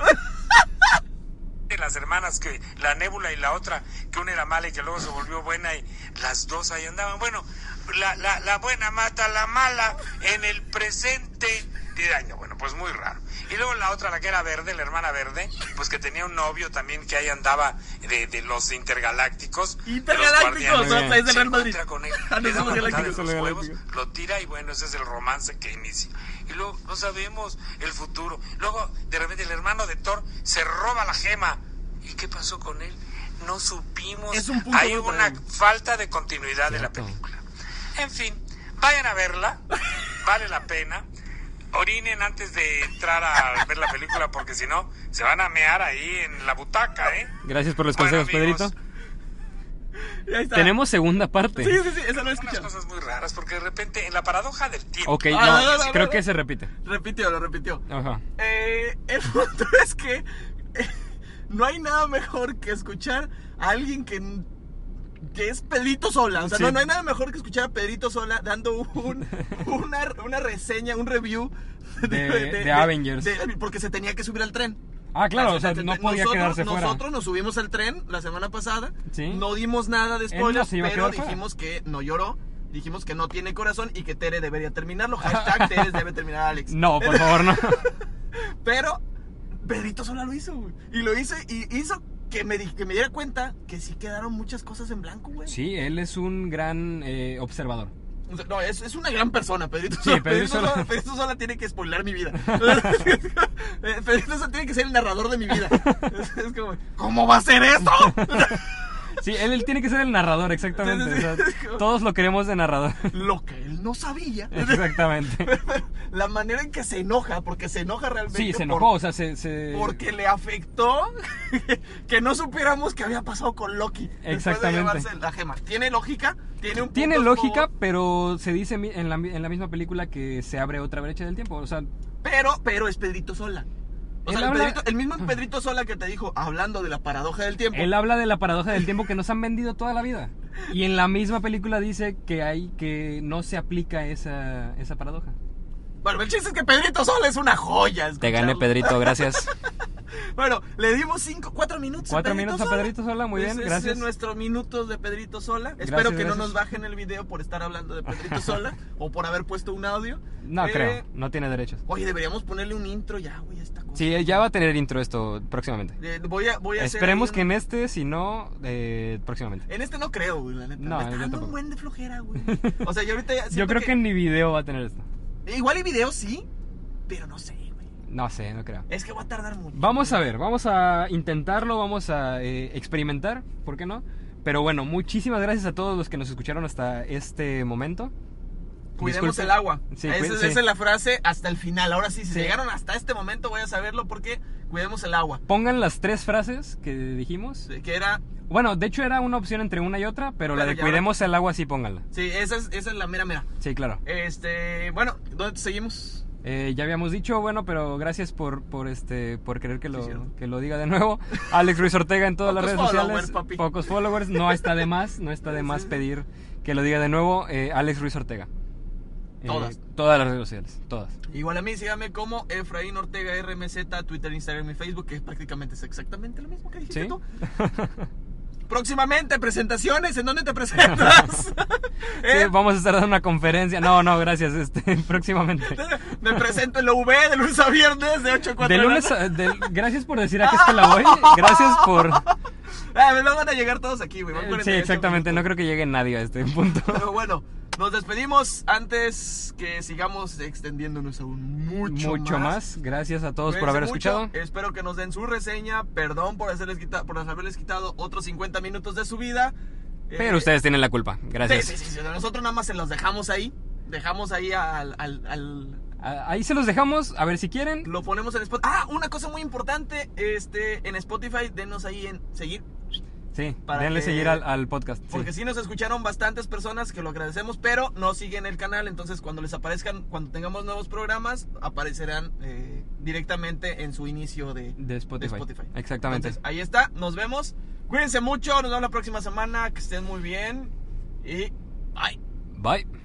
[SPEAKER 4] las hermanas que la nébula y la otra, que una era mala y que luego se volvió buena y las dos ahí andaban. Bueno, la, la, la buena mata a la mala en el presente. de año, bueno, pues muy raro. Y luego la otra, la que era verde, la hermana verde, pues que tenía un novio también que ahí andaba de, de los intergalácticos. de los
[SPEAKER 2] Intergalácticos,
[SPEAKER 4] guardianes.
[SPEAKER 2] o sea, es del
[SPEAKER 4] Se
[SPEAKER 2] Real Madrid.
[SPEAKER 4] encuentra con él,
[SPEAKER 2] Ah, no
[SPEAKER 4] le da
[SPEAKER 2] somos
[SPEAKER 4] una patada en
[SPEAKER 2] galácticos.
[SPEAKER 4] los huevos,
[SPEAKER 3] Galácticos.
[SPEAKER 4] lo tira y bueno, ese es el romance que inicia. Y luego no sabemos el futuro. Luego, de repente, el hermano de Thor se roba la gema. ¿Y qué pasó con él? No supimos.
[SPEAKER 2] Es un punto
[SPEAKER 4] Hay
[SPEAKER 2] muy
[SPEAKER 4] una
[SPEAKER 2] bueno.
[SPEAKER 4] falta de continuidad de la
[SPEAKER 3] Cierto.
[SPEAKER 4] película. En fin, vayan a verla. Vale la pena. Orinen antes de entrar a ver la película porque si no, se van a mear ahí en la butaca, ¿eh?
[SPEAKER 3] Gracias por los
[SPEAKER 4] Bueno,
[SPEAKER 3] consejos,
[SPEAKER 4] amigos,
[SPEAKER 3] Pedrito.
[SPEAKER 2] Ahí está.
[SPEAKER 3] Tenemos segunda parte.
[SPEAKER 2] Sí, sí, sí, esa lo he
[SPEAKER 4] Unas
[SPEAKER 2] escuchado.
[SPEAKER 4] cosas muy raras porque de repente en la paradoja del tiempo.
[SPEAKER 3] Ok,
[SPEAKER 2] Ah, no, no,
[SPEAKER 3] no,
[SPEAKER 2] no,
[SPEAKER 3] creo
[SPEAKER 2] no.
[SPEAKER 3] que se repite.
[SPEAKER 2] Repitió, lo repitió.
[SPEAKER 3] Ajá.
[SPEAKER 2] Eh, el punto es que eh, no hay nada mejor que escuchar a alguien que, que es Pedrito Sola. O sea,
[SPEAKER 3] Sí.
[SPEAKER 2] no, no hay nada mejor que escuchar a Pedrito Sola dando un- una, una reseña, un review
[SPEAKER 3] De- de Avengers.
[SPEAKER 2] de- porque se tenía que subir al tren.
[SPEAKER 3] Ah, claro, o sea,
[SPEAKER 2] te- te-
[SPEAKER 3] no podía
[SPEAKER 2] nosotros-
[SPEAKER 3] quedarse fuera.
[SPEAKER 2] Nosotros nos subimos al tren la semana pasada.
[SPEAKER 3] Sí.
[SPEAKER 2] No dimos nada de
[SPEAKER 3] no
[SPEAKER 2] spoilers,
[SPEAKER 3] se iba a
[SPEAKER 2] pero
[SPEAKER 3] quedar fuera.
[SPEAKER 2] dijimos que no lloró. Dijimos que no tiene corazón y que Tere debería terminarlo. Hashtag Tere debe terminar a Alex.
[SPEAKER 3] No, por favor, no.
[SPEAKER 2] Pero Pedrito sola lo hizo, güey. Y lo hizo y hizo que me, di- que me diera cuenta que sí quedaron muchas cosas en blanco, güey.
[SPEAKER 3] Sí, él es un gran eh, observador.
[SPEAKER 2] O sea, No, es, es una gran persona, Pedrito
[SPEAKER 3] Sí,
[SPEAKER 2] Sola.
[SPEAKER 3] Pedrito Sola.
[SPEAKER 2] Pedrito Sola tiene que spoilar mi vida. Eh, Pedrito Sola tiene que ser el narrador de mi vida. Es, es como, ¿cómo va a ser eso?
[SPEAKER 3] Sí, él, él tiene que ser el narrador, exactamente.
[SPEAKER 2] Sí, sí, sí.
[SPEAKER 3] o sea, todos lo queremos de narrador.
[SPEAKER 2] Lo que él no sabía.
[SPEAKER 3] Exactamente.
[SPEAKER 2] La manera en que se enoja, porque se enoja realmente.
[SPEAKER 3] Sí, se
[SPEAKER 2] por-
[SPEAKER 3] enojó, o sea, se... se-
[SPEAKER 2] Porque le afectó que no supiéramos qué había pasado con Loki. Después de
[SPEAKER 3] Exactamente.
[SPEAKER 2] llevarse la gema. ¿Tiene lógica? ¿Tiene un
[SPEAKER 3] Tiene
[SPEAKER 2] punto a
[SPEAKER 3] lógica,
[SPEAKER 2] favor,
[SPEAKER 3] pero se dice mi- en la, en la misma película que se abre otra brecha del tiempo. O sea,
[SPEAKER 2] Pero, pero es Pedrito Sola. O
[SPEAKER 3] Él
[SPEAKER 2] sea, el,
[SPEAKER 3] habla-
[SPEAKER 2] Pedrito- el mismo Pedrito Sola que te dijo, hablando de la paradoja del tiempo.
[SPEAKER 3] él habla de la paradoja del tiempo que nos han vendido toda la vida. Y en la misma película dice que hay que no se aplica esa, esa paradoja.
[SPEAKER 2] Bueno, el chiste es que Pedrito Sola es una joya.
[SPEAKER 5] Te gané,
[SPEAKER 2] escucharlo.
[SPEAKER 5] Pedrito, gracias.
[SPEAKER 2] Bueno, le dimos cinco, cuatro minutos.
[SPEAKER 3] Cuatro
[SPEAKER 2] a Pedrito
[SPEAKER 3] minutos a
[SPEAKER 2] Sola.
[SPEAKER 3] Pedrito Sola, muy bien,
[SPEAKER 2] Ese
[SPEAKER 3] gracias.
[SPEAKER 2] Es nuestros minutos de Pedrito Sola. Espero
[SPEAKER 3] Gracias,
[SPEAKER 2] que no
[SPEAKER 3] gracias.
[SPEAKER 2] nos bajen el video por estar hablando de Pedrito Sola o por haber puesto un audio.
[SPEAKER 3] No
[SPEAKER 2] Eh,
[SPEAKER 3] creo, no tiene derechos.
[SPEAKER 2] Oye, deberíamos ponerle un intro ya, güey, a esta cosa.
[SPEAKER 5] Sí, ya va a tener intro esto próximamente.
[SPEAKER 2] Eh, voy a, voy a hacer
[SPEAKER 3] Esperemos
[SPEAKER 2] ahí
[SPEAKER 3] que
[SPEAKER 2] un-
[SPEAKER 3] en este, si no, eh, próximamente.
[SPEAKER 2] En este no creo, güey, la neta.
[SPEAKER 3] No,
[SPEAKER 2] Me está
[SPEAKER 3] yo
[SPEAKER 2] dando
[SPEAKER 3] tampoco.
[SPEAKER 2] un buen de flojera, güey. O sea, yo ahorita ya
[SPEAKER 3] Yo
[SPEAKER 2] siento
[SPEAKER 3] creo que... ni video va a tener esto.
[SPEAKER 2] Igual y video sí, pero no sé, güey.
[SPEAKER 3] No sé, no creo.
[SPEAKER 2] Es que va a tardar mucho.
[SPEAKER 3] Vamos a ver, vamos a intentarlo, vamos a eh, experimentar, ¿por qué no? Pero bueno, muchísimas gracias a todos los que nos escucharon hasta este momento.
[SPEAKER 2] Cuidemos
[SPEAKER 3] Disculpe.
[SPEAKER 2] el agua.
[SPEAKER 3] Sí,
[SPEAKER 2] esa,
[SPEAKER 3] cuide-
[SPEAKER 2] es-
[SPEAKER 3] sí.
[SPEAKER 2] esa es la frase hasta el final. Ahora sí, si
[SPEAKER 3] Sí.
[SPEAKER 2] llegaron hasta este momento, voy a saberlo porque cuidemos el agua.
[SPEAKER 3] Pongan las tres frases que dijimos.
[SPEAKER 2] Que era.
[SPEAKER 3] Bueno, de hecho era una opción entre una y otra, pero la
[SPEAKER 2] Pero
[SPEAKER 3] de
[SPEAKER 2] ya
[SPEAKER 3] cuidemos el agua sí pónganla.
[SPEAKER 2] Sí, esa es, esa es la mera mera.
[SPEAKER 3] Sí, claro.
[SPEAKER 2] Este. Bueno, ¿dónde seguimos?
[SPEAKER 3] Eh, ya habíamos dicho, bueno, pero gracias por, por este por querer que lo,
[SPEAKER 2] cierto.
[SPEAKER 3] que lo diga de nuevo. Alex Ruiz Ortega en todas las redes
[SPEAKER 2] Pocos
[SPEAKER 3] sociales.
[SPEAKER 2] followers, papi.
[SPEAKER 3] Pocos followers, no está de más, no está de más pedir que lo diga de nuevo. eh, Alex Ruiz Ortega. Eh,
[SPEAKER 2] Todas.
[SPEAKER 3] todas las redes sociales, todas.
[SPEAKER 2] Igual a mí, síganme como Efraín Ortega RMZ, Twitter, Instagram y Facebook, que prácticamente es exactamente lo mismo que dijiste
[SPEAKER 3] ¿Sí?
[SPEAKER 2] tú. Próximamente, presentaciones, ¿en dónde te presentas?
[SPEAKER 3] Sí,
[SPEAKER 2] ¿Eh?
[SPEAKER 3] vamos a estar dando una conferencia. No, no, gracias. Este, próximamente.
[SPEAKER 2] Me presento en la UV de lunes a viernes de 8 a 4
[SPEAKER 3] De lunes a- del- gracias por decir a qué escuela voy. Gracias por. eh,
[SPEAKER 2] Ah, me lo van a llegar todos aquí, güey. van
[SPEAKER 3] Sí,
[SPEAKER 2] 48
[SPEAKER 3] exactamente. No
[SPEAKER 2] minutos.
[SPEAKER 3] creo que llegue nadie a este punto.
[SPEAKER 2] Pero bueno, Nos despedimos antes que sigamos extendiéndonos aún mucho,
[SPEAKER 3] Mucho más. Gracias a todos por
[SPEAKER 2] Cuídense
[SPEAKER 3] haber
[SPEAKER 2] mucho.
[SPEAKER 3] escuchado.
[SPEAKER 2] Espero que nos den su reseña. Perdón por, hacerles quita- por haberles quitado otros 50 minutos de su vida.
[SPEAKER 3] Pero
[SPEAKER 2] Eh,
[SPEAKER 3] ustedes tienen la culpa.
[SPEAKER 2] Sí,
[SPEAKER 3] Gracias.
[SPEAKER 2] sí, sí, sí. Nosotros nada más se los dejamos ahí. Dejamos ahí al. al- al-
[SPEAKER 3] A- Ah, Ahí se los dejamos. A ver si quieren.
[SPEAKER 2] lo ponemos en Spotify. Ah, una cosa muy importante. Este, en Spotify, denos ahí en seguir.
[SPEAKER 3] Sí.
[SPEAKER 2] Para
[SPEAKER 3] denle
[SPEAKER 2] que-
[SPEAKER 3] seguir al, al podcast. sí.
[SPEAKER 2] Porque sí. nos escucharon bastantes personas que lo agradecemos, pero no siguen el canal. Entonces, cuando les aparezcan, cuando tengamos nuevos programas, aparecerán eh, directamente en su inicio de,
[SPEAKER 3] De Spotify.
[SPEAKER 2] de Spotify.
[SPEAKER 3] Exactamente.
[SPEAKER 2] Entonces, ahí está, nos vemos. Cuídense mucho, nos vemos la próxima semana, que estén muy bien y bye.
[SPEAKER 3] Bye.